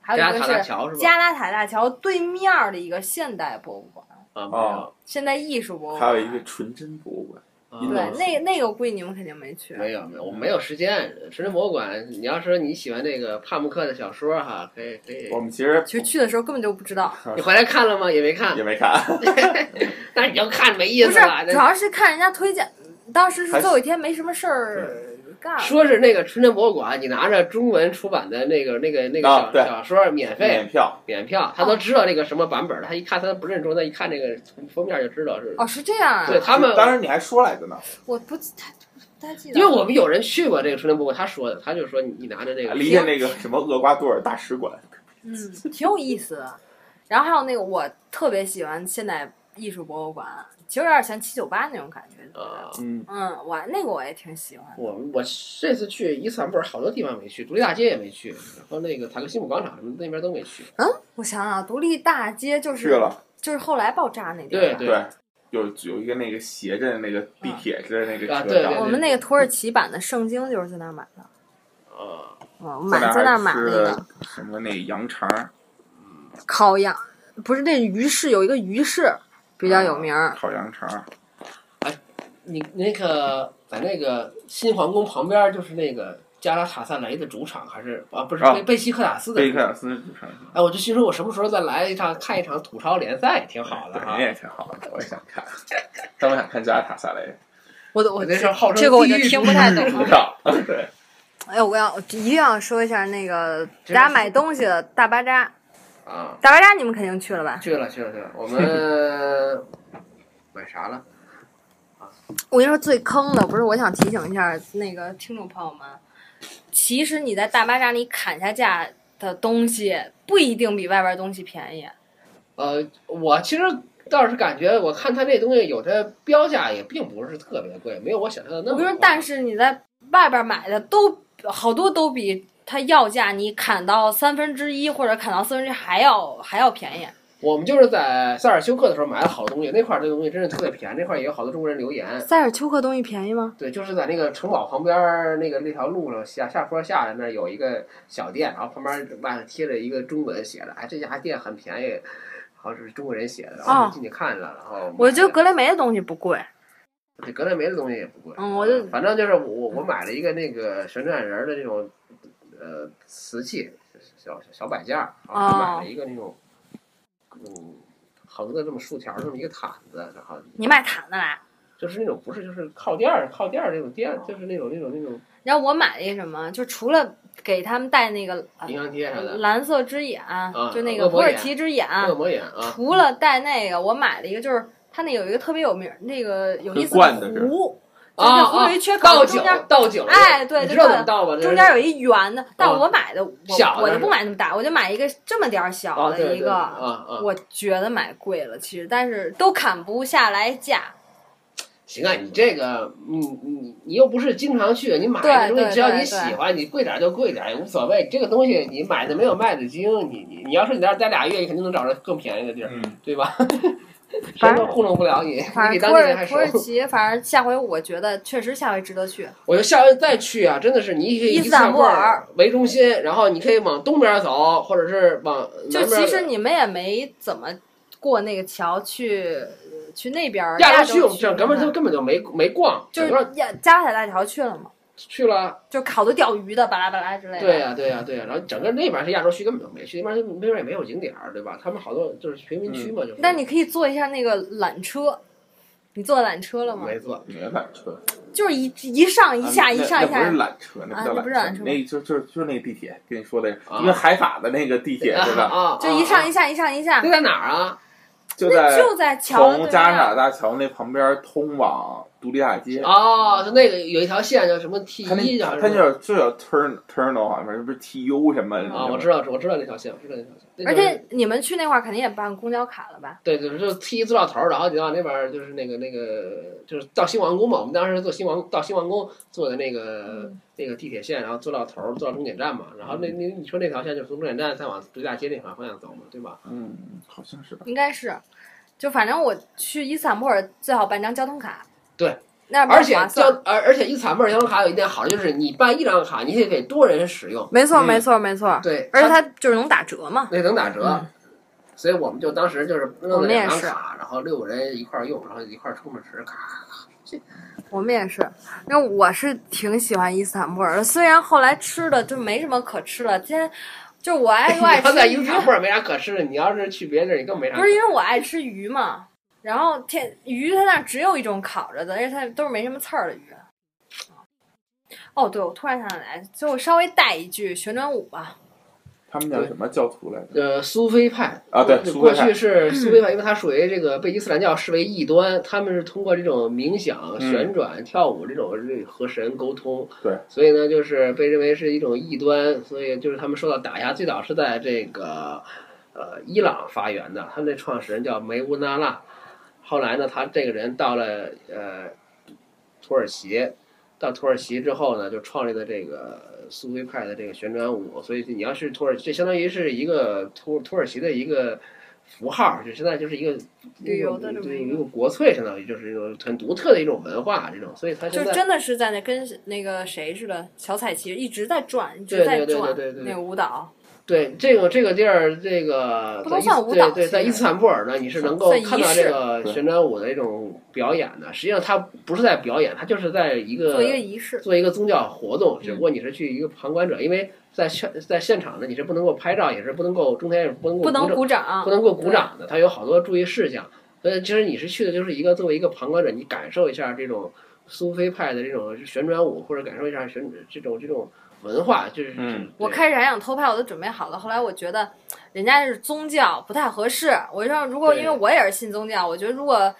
S10: 还有
S13: 加
S10: 一
S13: 塔大
S10: 个是
S13: 桥是吧？
S10: 加拉塔大桥对面儿的一个现代博物馆，
S13: 啊，没
S8: 哦
S13: 有
S10: 现代艺术博物
S8: 还
S10: 馆。
S8: 有一个纯真博物馆，
S13: 啊
S8: 印
S10: 对
S8: 度，
S10: 那那个估计你们肯定没去。
S13: 没有没有，我没有时间。神神博物馆，你要说你喜欢那个帕慕克的小说哈，可以可以
S8: 我。们其实
S10: 其实去的时候根本就不知道，
S13: 你回来看了吗？也没看
S8: 也，没看，
S13: 那你要看没意
S10: 不
S13: 思
S10: 是
S13: 了。，那
S10: 主要是看人家推荐。当时是
S8: 还
S10: 最
S8: 是嗯
S10: 后一天没什么事儿干，
S13: 说是那个纯真博物馆，你拿着中文出版的那个那个那个
S8: 啊
S13: 小
S8: 对嗯
S13: 小说免费
S8: 免票。
S13: 免票，他
S10: 哦
S13: 都知道那个什么版本，他一看他不认中，他一看那个封面就知道是。
S10: 哦，是这样啊，
S13: 对他们，
S8: 当时你还说来着呢，
S10: 我不太不太记得，
S13: 因为我们有人去过这个春天博物馆，他说的，他就说你你拿着那个
S8: 离着那个什么厄瓜多尔大使馆，
S10: 嗯 *laughs* 挺有意思的。然后还有那个我特别喜欢现代艺术博物馆，其实有点像七九八那种感觉。
S13: 啊。
S8: 嗯，
S10: 嗯，我那个我也挺喜欢的。
S13: 我我这次去伊斯坦布尔好多地方没去，独立大街也没去，然后那个塔克西姆广场什么那边都没去。
S10: 我想想，独立大街就是
S8: 去了，
S10: 就是后来爆炸那地
S13: 对
S10: 儿吧。啊
S13: 对
S8: 对，有有一个那个斜着那个地铁似的那个
S13: 啊
S8: 车
S13: 对对
S8: 站
S10: 我，们那个土耳其版的圣经就是在那儿买的，
S13: 啊，
S10: 嗯，买在那
S8: 那
S10: 儿
S8: 儿
S10: 买
S8: 吃
S10: 那个。
S8: 的什么那羊肠，
S10: 烤羊，不是那鱼市有一个鱼市比较
S13: 啊
S10: 有名儿，
S8: 啊烤羊肠，
S13: 你那个在那个新皇宫旁边就是那个加拉塔萨雷的主场，还是啊不是
S8: 啊
S13: 贝贝西克塔斯的
S8: 贝
S13: 主
S8: 克
S13: 场？
S8: 塔斯主场，
S13: 哎，我就心说，我什么时候再来一场看一场土超联赛也挺好的啊
S8: 对，
S13: 哈
S8: 那。也挺好的，我也想看，但我想看加拉塔萨雷
S10: 我我
S13: 那是号称
S10: 这个我就
S13: 地狱
S10: 听不太懂
S8: 主
S10: 了。
S8: 场， *laughs* 对，
S10: 哎，我要我一定要说一下那个大家买东西的大巴扎，
S13: 啊，
S10: 大巴扎你们肯定去了吧？
S13: 去了去了去了，我们 *laughs* 买啥了？
S10: 我跟你说最坑的，不是我想提醒一下那个听众朋友们，其实你在大巴扎里砍下价的东西不一定比外边东西便宜，
S13: 呃，我其实倒是感觉，我看他那东西有的标价也并不是特别贵，没有我想象的那
S10: 我
S13: 么
S10: 跟
S13: 贵。
S10: 你说，但是你在外边买的都好多都比它要价你砍到三分之一或者砍到四分之一还要还要便宜。
S13: 我们就是在塞尔修克的时候买了好东西，那块儿这个东西真是特别便宜，那块儿也有好多中国人留言。
S10: 塞尔丘克东西便宜吗？
S13: 对，就是在那个城堡旁边儿那个那条路上下下坡下来那儿有一个小店，然后旁边外头贴着一个中文写的，哎，这家店很便宜，好像是中国人写的，然后我
S10: 哦
S13: 就进去看了，然后
S10: 我觉得
S13: 格
S10: 格雷梅的东西不贵，
S13: 对格莱梅的东西也不贵，啊
S10: 嗯我就
S13: 反正就是我我我买了一个那个旋转人儿的那种呃瓷器小小小摆件儿，然
S10: 哦
S13: 后还买了一个那种嗯横的这么竖条儿这么一个毯子，然后
S10: 你卖毯子啦？
S13: 就是那种不是就是靠垫儿靠垫儿那种垫，就是那种那种那种
S10: 然后我买了一什么，就除了给他们戴那个呃
S13: 营养贴啥的。啊
S10: 蓝色之眼，就那个
S13: 恶魔
S10: 土耳
S13: 眼
S10: 其之眼，
S13: 恶魔眼啊，
S10: 除了戴那个，我买了一个，就是它那有一个特别有名儿，那个有意思
S8: 跟罐子似的
S10: 壶，就是
S13: 啊
S10: 那壶有一缺口，
S13: 倒
S10: 中
S13: 酒
S10: 间，
S13: 倒酒，
S10: 哎对
S13: 你
S10: 对
S13: 知道
S10: 对
S13: 怎么倒吗？这是
S10: 中间有一圆的，但我买的我
S13: 哦小的
S10: 我就是不
S13: 吧
S10: 买那么大，我就买一个这么点儿小
S13: 啊，对
S10: 的
S13: 对
S10: 一
S13: 对
S10: 个，
S13: 啊啊，
S10: 我觉得买贵了，其实但是都砍不下来价，
S13: 行啊，你这个，你你你又不是经常去，你买
S10: 对
S13: 的东
S10: 对
S13: 西只要
S10: 对
S13: 你喜欢，你贵点儿就贵点儿也无所谓。这个东西你买的没有卖的精，你你你要是你在这儿待俩月，你肯定能找着更便宜的地儿，
S8: 嗯，
S13: 对吧？ *laughs* 谁
S10: 反
S13: 都糊弄不了你，
S10: 反
S13: 你比
S10: 正
S13: 当
S10: 土
S13: 地人
S10: 耳
S13: 还
S10: 土
S13: 熟。
S10: 耳其，反正下回我觉得确实下回值得去。
S13: 我觉得下回再去啊，真的是你以
S10: 伊
S13: 伊
S10: 斯
S13: 斯
S10: 坦
S13: 坦
S10: 布
S13: 布
S10: 尔
S13: 尔为中心，然后你可以往东边走，或者是往
S10: 就
S13: 南边
S10: 其实你们也没怎么过那个桥去去那边儿
S13: 亚
S10: 亚
S13: 洲区我们这
S10: 区
S13: 根本就
S10: 看
S13: 根本就没没逛，
S10: 就
S13: 整个
S10: 是亚加勒比海大桥去了吗？
S13: 去了。
S10: 就烤的钓鱼的，巴拉巴拉之类的。
S13: 对呀、对呀、对呀、然后整个那边是亚洲区，根本就没去，那边那边也没有景点儿，对吧？他们好多就是贫民
S8: 嗯
S13: 区嘛，就是。
S10: 那你可以坐一下那个缆车，你坐缆车了吗？
S13: 没错，
S8: 没缆车，
S10: 就是一一上一下，
S8: 啊
S10: 一
S8: 那
S10: 上一
S8: 那
S10: 下
S8: 不是。缆车，那
S10: 啊那
S8: 叫
S10: 不是缆
S8: 缆
S10: 车
S8: 车，那就就就是那个地铁跟你说的，
S13: 啊
S8: 就跟海法的那个地铁似
S13: 啊
S8: 的，
S13: 啊，
S10: 就一上
S13: 啊
S10: 一下一上一下
S13: 那，在哪儿啊？
S8: 就
S10: 那
S8: 在
S10: 就在桥的对
S8: 从加
S10: 面
S8: 沙
S10: 儿。
S8: 大桥那旁边通往独立大街。
S13: 哦，就那个有一条线叫什么 T
S8: 他
S13: 一啊叫
S8: 那
S13: 什
S8: 他就
S13: 么？
S8: 叫就叫 turn turnal 好像是不是 tu 什么
S13: 啊，我知
S8: 道。
S13: 道，我知道那条线，我知道那条线。那
S10: 而
S13: 就是
S10: 且你们去那块儿肯定也办公交卡了吧？
S13: 对对，就是 T 一坐到头儿，然后你到那边儿就是那个那个就是到新王宫嘛。我们当时坐新王到新王宫坐的那个、
S10: 嗯
S13: 那个地铁线，然后坐到头儿，坐到终点站嘛。然后那
S8: 嗯
S13: 那你说那条线就是从终点站再往独立大街那方向走嘛，对吧？
S8: 嗯，好像是吧。
S10: 应该是，就反正我去伊斯坦布尔最好办张交通卡。
S13: 对，
S10: 那样比较
S13: 而且
S10: 划
S13: 交
S10: 算。
S13: 而而且伊斯坦布尔交通卡有一点好，就是你办一张卡，你可以给多人使用，
S10: 没错，
S8: 嗯
S10: 没错，没错。
S13: 对，
S10: 而且它就是能打折嘛。
S13: 那能打折。
S10: 嗯
S13: 所以我们就当时就是弄
S10: 我
S13: 了
S10: 们也
S13: 两张
S10: 是
S13: 卡，然后六个人一块儿用，然后一块儿充着值，咔。
S10: 我们也是，那我是挺喜欢伊斯坦布尔的，虽然后来吃的就没什么可吃了。今天就我
S13: *laughs*
S10: 爱又爱
S13: 然后在
S10: 吃
S13: 伊斯
S10: 鱼，
S13: 坦布尔没啥可吃的，你要是去别的地儿，你更没啥可
S10: 不
S13: 吃
S10: 是因为我爱吃鱼嘛。然后天鱼它那儿只有一种烤着的，而且它都是没什么刺儿的鱼。哦，对，我突然想起来，就我稍微带一句旋转舞吧。
S8: 他们叫什么教徒来着？
S13: 呃，苏菲派
S8: 啊对
S13: 就
S8: 苏
S13: 过
S8: 菲派
S13: 去是苏菲派，因为它属于这个被伊斯兰教视为异端，他们是通过这种冥想、
S8: 嗯
S13: 旋转、跳舞这种这和神沟通，
S8: 对，
S13: 所以呢，就是被认为是一种异端，所以就是他们受到打压，最早是在这个呃伊朗发源的，他们的创始人叫梅乌纳拉，后来呢，他这个人到了呃土耳其，到土耳其之后呢，就创立了这个苏菲派的这个旋转舞。所以你要是土耳其，这相当于是一个土土耳其的一个符号，就现在就是一个
S10: 旅游的这么
S13: 对
S10: 一
S13: 一
S10: 个
S13: 个国粹，相当于就是一种很独特的一种文化，这种。所以它
S10: 就
S13: 现在
S10: 真的是在那跟那个谁似的，小彩旗一直在转，一直
S13: 对
S10: 在
S13: 对对
S10: 转
S13: 对对对
S10: 那个舞蹈，
S13: 对这个这个地儿，这个
S10: 不
S13: 在
S10: 能
S13: 伊
S10: 算舞蹈
S13: 对对，
S10: 其
S13: 在
S10: 实
S13: 伊斯坦布尔呢，你是能够
S10: 算仪
S13: 看到
S10: 式
S13: 这个旋转舞的一种表演的。实际上，它不是在表演，它就是在一个
S10: 做一个仪式。
S13: 做一个宗教活动，只不过你是去一个旁观者，因为在现在现场呢，你是不能够拍照，也是不能够中间也是不能够
S10: 不能
S13: 鼓掌
S10: 鼓掌
S13: 不，能够鼓掌的，它有好多注意事项。所以其实你是去的就是一个作为一个旁观者，你感受一下这种苏菲派的这种旋转舞，或者感受一下旋这种这种文化，就是
S8: 嗯
S10: 我开始还想偷拍，我都准备好了。后来我觉得人家是宗教不太合适，我就说如果
S13: 对
S10: 因为我也是信宗教，我觉得如果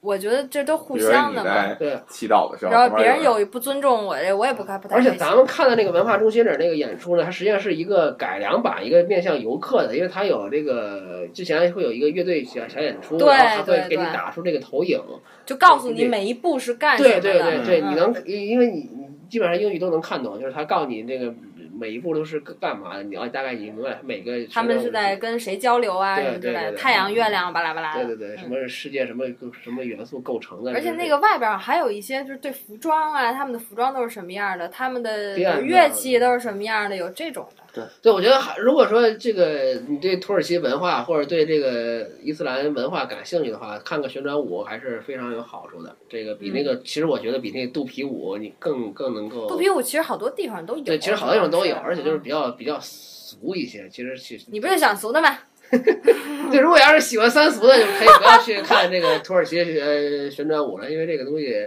S10: 我觉得这都互
S8: 比如说
S10: 相
S8: 你
S10: 的嘛，
S8: 在
S13: 对。
S8: 祈祷的时候，
S10: 然后别
S8: 旁
S10: 人
S8: 边
S10: 有不尊重我，这我也不该不太
S13: 而
S10: 开
S13: 且
S10: 心。
S13: 咱们看的那个文化中心的那个演出呢，它实际上是一个改良版，一个面向游客的，因为它有这个之前会有一个乐队小小演出，
S10: 对
S13: 然后它
S10: 对
S13: 会给你
S10: 对
S13: 打出这个投影，
S10: 就告诉你每一步是干什么
S13: 对
S10: 的。
S13: 对对对，
S10: 嗯
S13: 你能，因因为你你基本上英语都能看懂，就是他告诉你这个每一步都是干嘛的，你要大概已经明白每个。
S10: 他们是在跟谁交流啊
S13: 对
S10: 什么之类
S13: 对
S10: 的，
S13: 对对
S10: 太阳、月亮巴拉巴拉
S13: 对对
S10: 的。
S13: 对，
S10: 嗯
S13: 什么世界什么构什么元素构成的，
S10: 而且
S13: 就是
S10: 那个外边儿还有一些，就是对服装啊，他们的服装都是什么样的，他们的
S13: 变的
S10: 乐器都是什么样的，有这种的。
S13: 对，我觉得还如果说这个你对土耳其文化或者对这个伊斯兰文化感兴趣的话，看个旋转舞还是非常有好处的。这个比那个，其实我觉得比那个肚皮舞你更更能够
S10: 嗯肚皮舞其实好多地方都有，
S13: 对，其实好多种都有，而且就是
S10: 嗯
S13: 比较比较俗一些。其实其实
S10: 你不是想俗的吗？
S13: *laughs* 对，如果要是喜欢三俗的，就可以不要去看这个土耳其呃旋转舞了，因为这个东西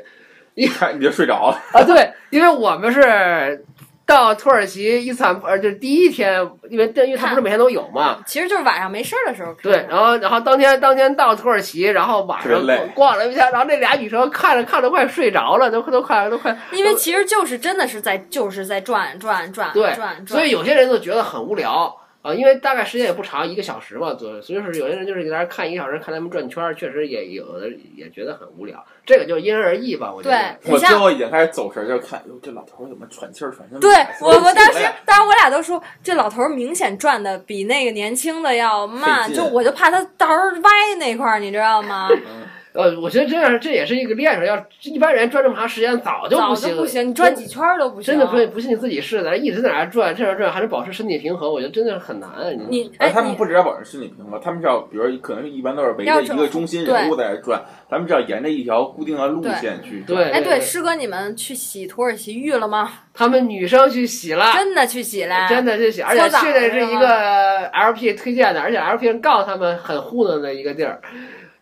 S8: 一看你就睡着了。
S13: *laughs* 啊，对，因为我们是。到土耳其伊斯坦布尔，就是第一天，因为因为它不是每天都有嘛，
S10: 其实就是晚上没事儿的时候看。
S13: 对，然后然后当天当天到土耳其，然后晚
S8: 特
S13: 上
S8: 别累
S13: 逛了一下，然后那俩女生看着看着快睡着了，都都快都快。
S10: 因为其实就是真的是在就是在转转转
S13: 对
S10: 转转，
S13: 所以有些人就觉得很无聊啊，因为大概时间也不长，一个小时嘛左右，所以说有些人就是在那儿看一个小时，看他们转圈儿，确实也有的也觉得很无聊，这个就因人而异吧，我觉得。
S10: 对
S8: 我
S10: 你
S8: 最
S10: 像
S8: 后已经开始走神儿，就看，哟，这老头儿怎么喘气儿喘成
S10: 对我我当时
S8: 哎，
S10: 当时我俩都说，这老头儿明显转的比那个年轻的要慢，
S8: 费劲
S10: 就我就怕他到时候歪那块儿，你知道吗？
S8: 嗯
S13: 呃，我觉得这样这也是一个练出来，要一般人转这么长时间早就
S10: 早
S13: 行
S10: 就
S13: 了，
S10: 不行，你转几圈儿都不行。
S13: 真的不不信你自己试的，一直在那儿转，这样转还能保持身体平衡，我觉得真的是很难啊。你
S10: 你
S8: 而
S10: 哎，
S8: 他们
S10: 你
S8: 不只要保持身体平衡，他们是要，比如可能一般都是围着
S10: 要
S8: 一
S10: 是
S8: 个中心人物在这转，咱们只要沿着一条固定的路线去转。
S13: 对
S10: 哎，
S13: 对
S10: 对，师哥，你们去洗土耳其浴了吗？
S13: 他们女生去洗了，
S10: 真的去洗了，
S13: 真
S10: 的。
S13: 的是洗，而且
S10: 哎搓澡
S13: 去的是一个 LP 推荐的，而且 LP 人告诉他们很糊弄的一个地儿，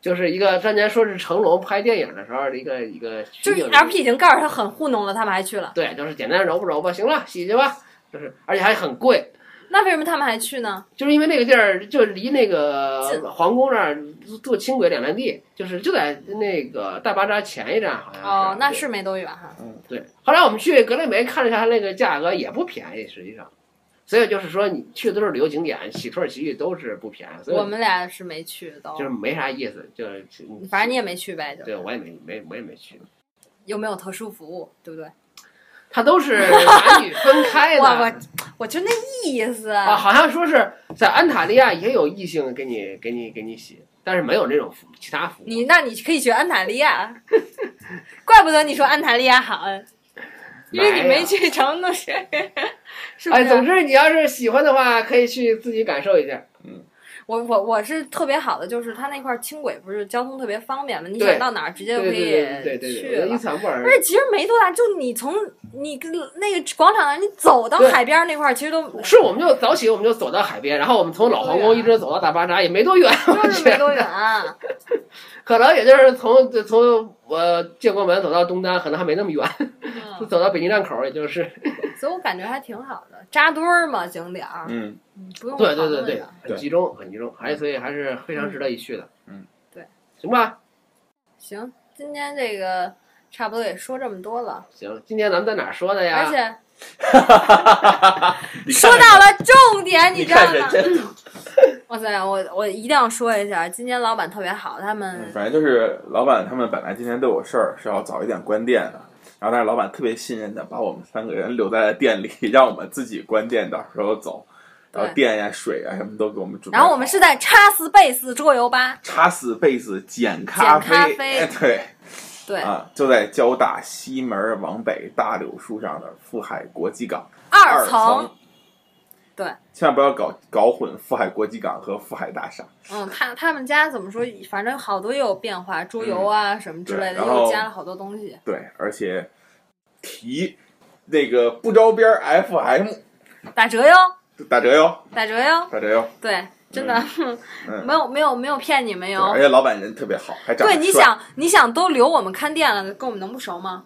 S13: 就是一个当年说是成龙拍电影的时候的一个一个
S10: 就
S13: 取
S10: 是
S13: 景
S10: LP 已经告诉他很糊弄了，他们还去了，
S13: 对，就是简单揉吧揉吧，行了，洗去吧，就是而且还很贵，
S10: 那为什么他们还去呢？
S13: 就是因为那个地儿就离那个
S10: 近
S13: 皇宫那儿坐轻轨两站地，就是就在那个大巴扎前一站好像是
S10: 哦，那是没多远哈。
S13: 对，后来我们去格雷梅看了一下，它那个价格也不便宜，实际上。所以就是说，你去的都是旅游景点，洗土耳其浴都是不便宜，所以
S10: 我们俩是没去都
S13: 就，是没啥意思，就是
S10: 反正你也没去呗，就
S13: 对我也没没我也没去，
S10: 又没有特殊服务，对不对？
S13: 它都是男女分开的。
S10: 哇 *laughs* 我我就那意思，
S13: 啊，好像说是在安塔利亚也有异性给你给你给你洗，但是没有这种服其他服务。
S10: 你那你可以学安塔利亚， *laughs* 怪不得你说安塔利亚好，因为你
S13: 哪有
S10: 没去成都市， *laughs* 是不
S13: 哎，总
S10: 是？
S13: 之你要是喜欢的话，可以去自己感受一下。
S10: 我我我是特别好的，就是它那块儿轻轨不是交通特别方便嘛，你
S13: 对
S10: 想到哪儿直接
S13: 对
S10: 就可
S13: 对
S10: 以
S13: 对对对
S10: 去
S13: 对，我觉得伊
S10: 了。
S13: 斯坦布尔
S10: 而且其实没多大，就你从你跟那个广场那儿，你走到
S13: 对
S10: 海边儿那块儿，其实
S13: *laughs*
S10: 都
S13: 是，我们就早起，我们就走到海边，然后我们从老皇宫一直走到大巴扎，也没多远，我
S10: 就是没
S13: 觉
S10: 多
S13: 得 *laughs*
S10: 远、
S13: 可能也就是从从我建国门走到东单，可能还没那么远，
S10: 嗯
S13: 走到北京站口，也就是
S10: 所以我感觉还挺好的，扎堆儿嘛景点儿，
S8: 嗯，
S10: 不用
S13: 对对
S10: 讨
S13: 对
S10: 论
S13: 对
S10: 的，嗯
S13: 很集中，很集中，还所以还是非常值得一去的。
S8: 嗯，
S10: 对，
S13: 行吧，
S10: 行，今天这个差不多也说这么多了，
S13: 行，今天咱们在哪儿说的呀？
S10: 而且
S8: 啊你
S10: 哎说
S8: 看
S10: 到了重点，
S8: 你
S10: 知道
S8: 看人
S10: 吗？
S8: 家，
S10: 哇塞，我我一定要说一下，今年老板特别好，他
S8: 嗯
S10: 们
S8: 反正就是老板他们本来今天都有事儿，是要早一点关店的。然后，但是老板特别信任的把我们三个人留在了店里， *laughs* 让我们自己关店，到时候走。然后
S10: 对
S8: 电呀、水啊呀什么都给我们准备好。
S10: 然后我们是在叉四贝斯桌游吧，
S8: 插死被子捡咖啡，
S10: 捡咖啡
S8: 哎对
S10: 对，
S8: 啊，就在交大西门往北大柳树上的富海国际港
S10: 二
S8: 层
S10: 层，。对，
S8: 千万不要搞搞混富海国际港和富海大厦。
S10: 嗯，他他们家怎么说，反正好多也有变化，桌游啊什么之类的，
S8: 嗯对然后
S10: 又加了好多东西。
S8: 对，而且提那个不招边儿 FM
S10: 打折哟，
S8: 打折哟，
S10: 打折哟，
S8: 打折哟。
S10: 对，真的、
S8: 嗯
S10: 没有没有没有骗你们
S8: 对
S10: 哟
S8: 而。且老板人特别好，还长得
S10: 对，你
S8: 帅，
S10: 想你想都留我们看店了，跟我们能不熟吗？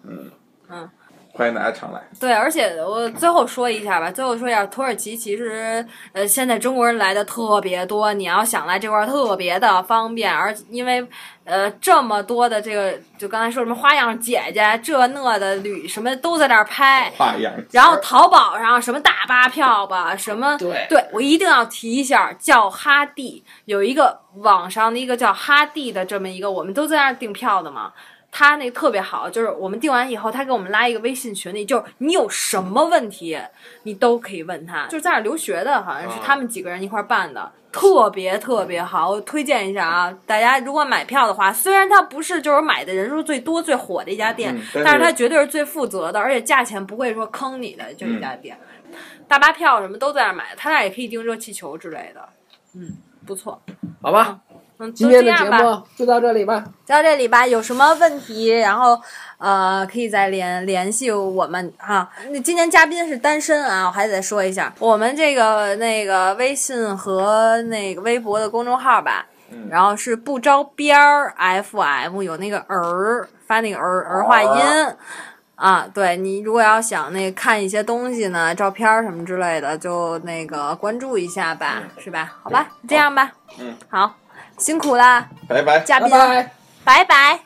S8: 欢迎大家常来。
S10: 对，而且我最后说一下吧，最后说一下，土耳其其实呃，现在中国人来的特别多，你要想来这块儿特别的方便，而且因为呃这么多的这个，就刚才说什么花样姐姐这那的旅什么都在这儿拍。
S8: 花样，
S10: *laughs* 然后淘宝上什么大巴票吧，什么
S13: 对
S10: 我一定要提一下，叫哈蒂有一个网上的一个叫哈蒂的这么一个，我们都在那儿订票的嘛。他那个特别好，就是我们定完以后，他给我们拉一个微信群里，就是你有什么问题，你都可以问他。就是在那儿留学的，好像是
S13: 啊
S10: 他们几个人一块儿办的，特别特别好。我推荐一下啊，大家如果买票的话，虽然它不是就是买的人数最多、最火的一家店，
S8: 嗯
S10: 但
S8: 但
S10: 是
S8: 是
S10: 它绝对是最负责的，而且价钱不会说坑你的，就一家店。大巴票什么都在那儿买，他那儿也可以订热气球之类的。嗯，不错。
S13: 好吧，
S10: 嗯，就
S13: 今天
S10: 这
S13: 的
S10: 样
S13: 节
S10: 吧。
S13: 目就到这里吧。
S10: 就到这里吧，有什么问题，然后呃，可以再联联系我们啊。那今天嘉宾是单身啊，我还得说一下，我们这个那个微信和那个微博的公众号吧，
S8: 嗯
S10: 然后是不着边儿 FM，有那个儿发那个儿儿化音。啊，对你如果要想那看一些东西呢，照片儿什么之类的，就那个关注一下吧，是吧？好吧，这样吧，
S8: 嗯，
S10: 好，辛苦啦，
S8: 拜拜。
S10: 嘉宾，
S13: 拜拜
S10: 拜拜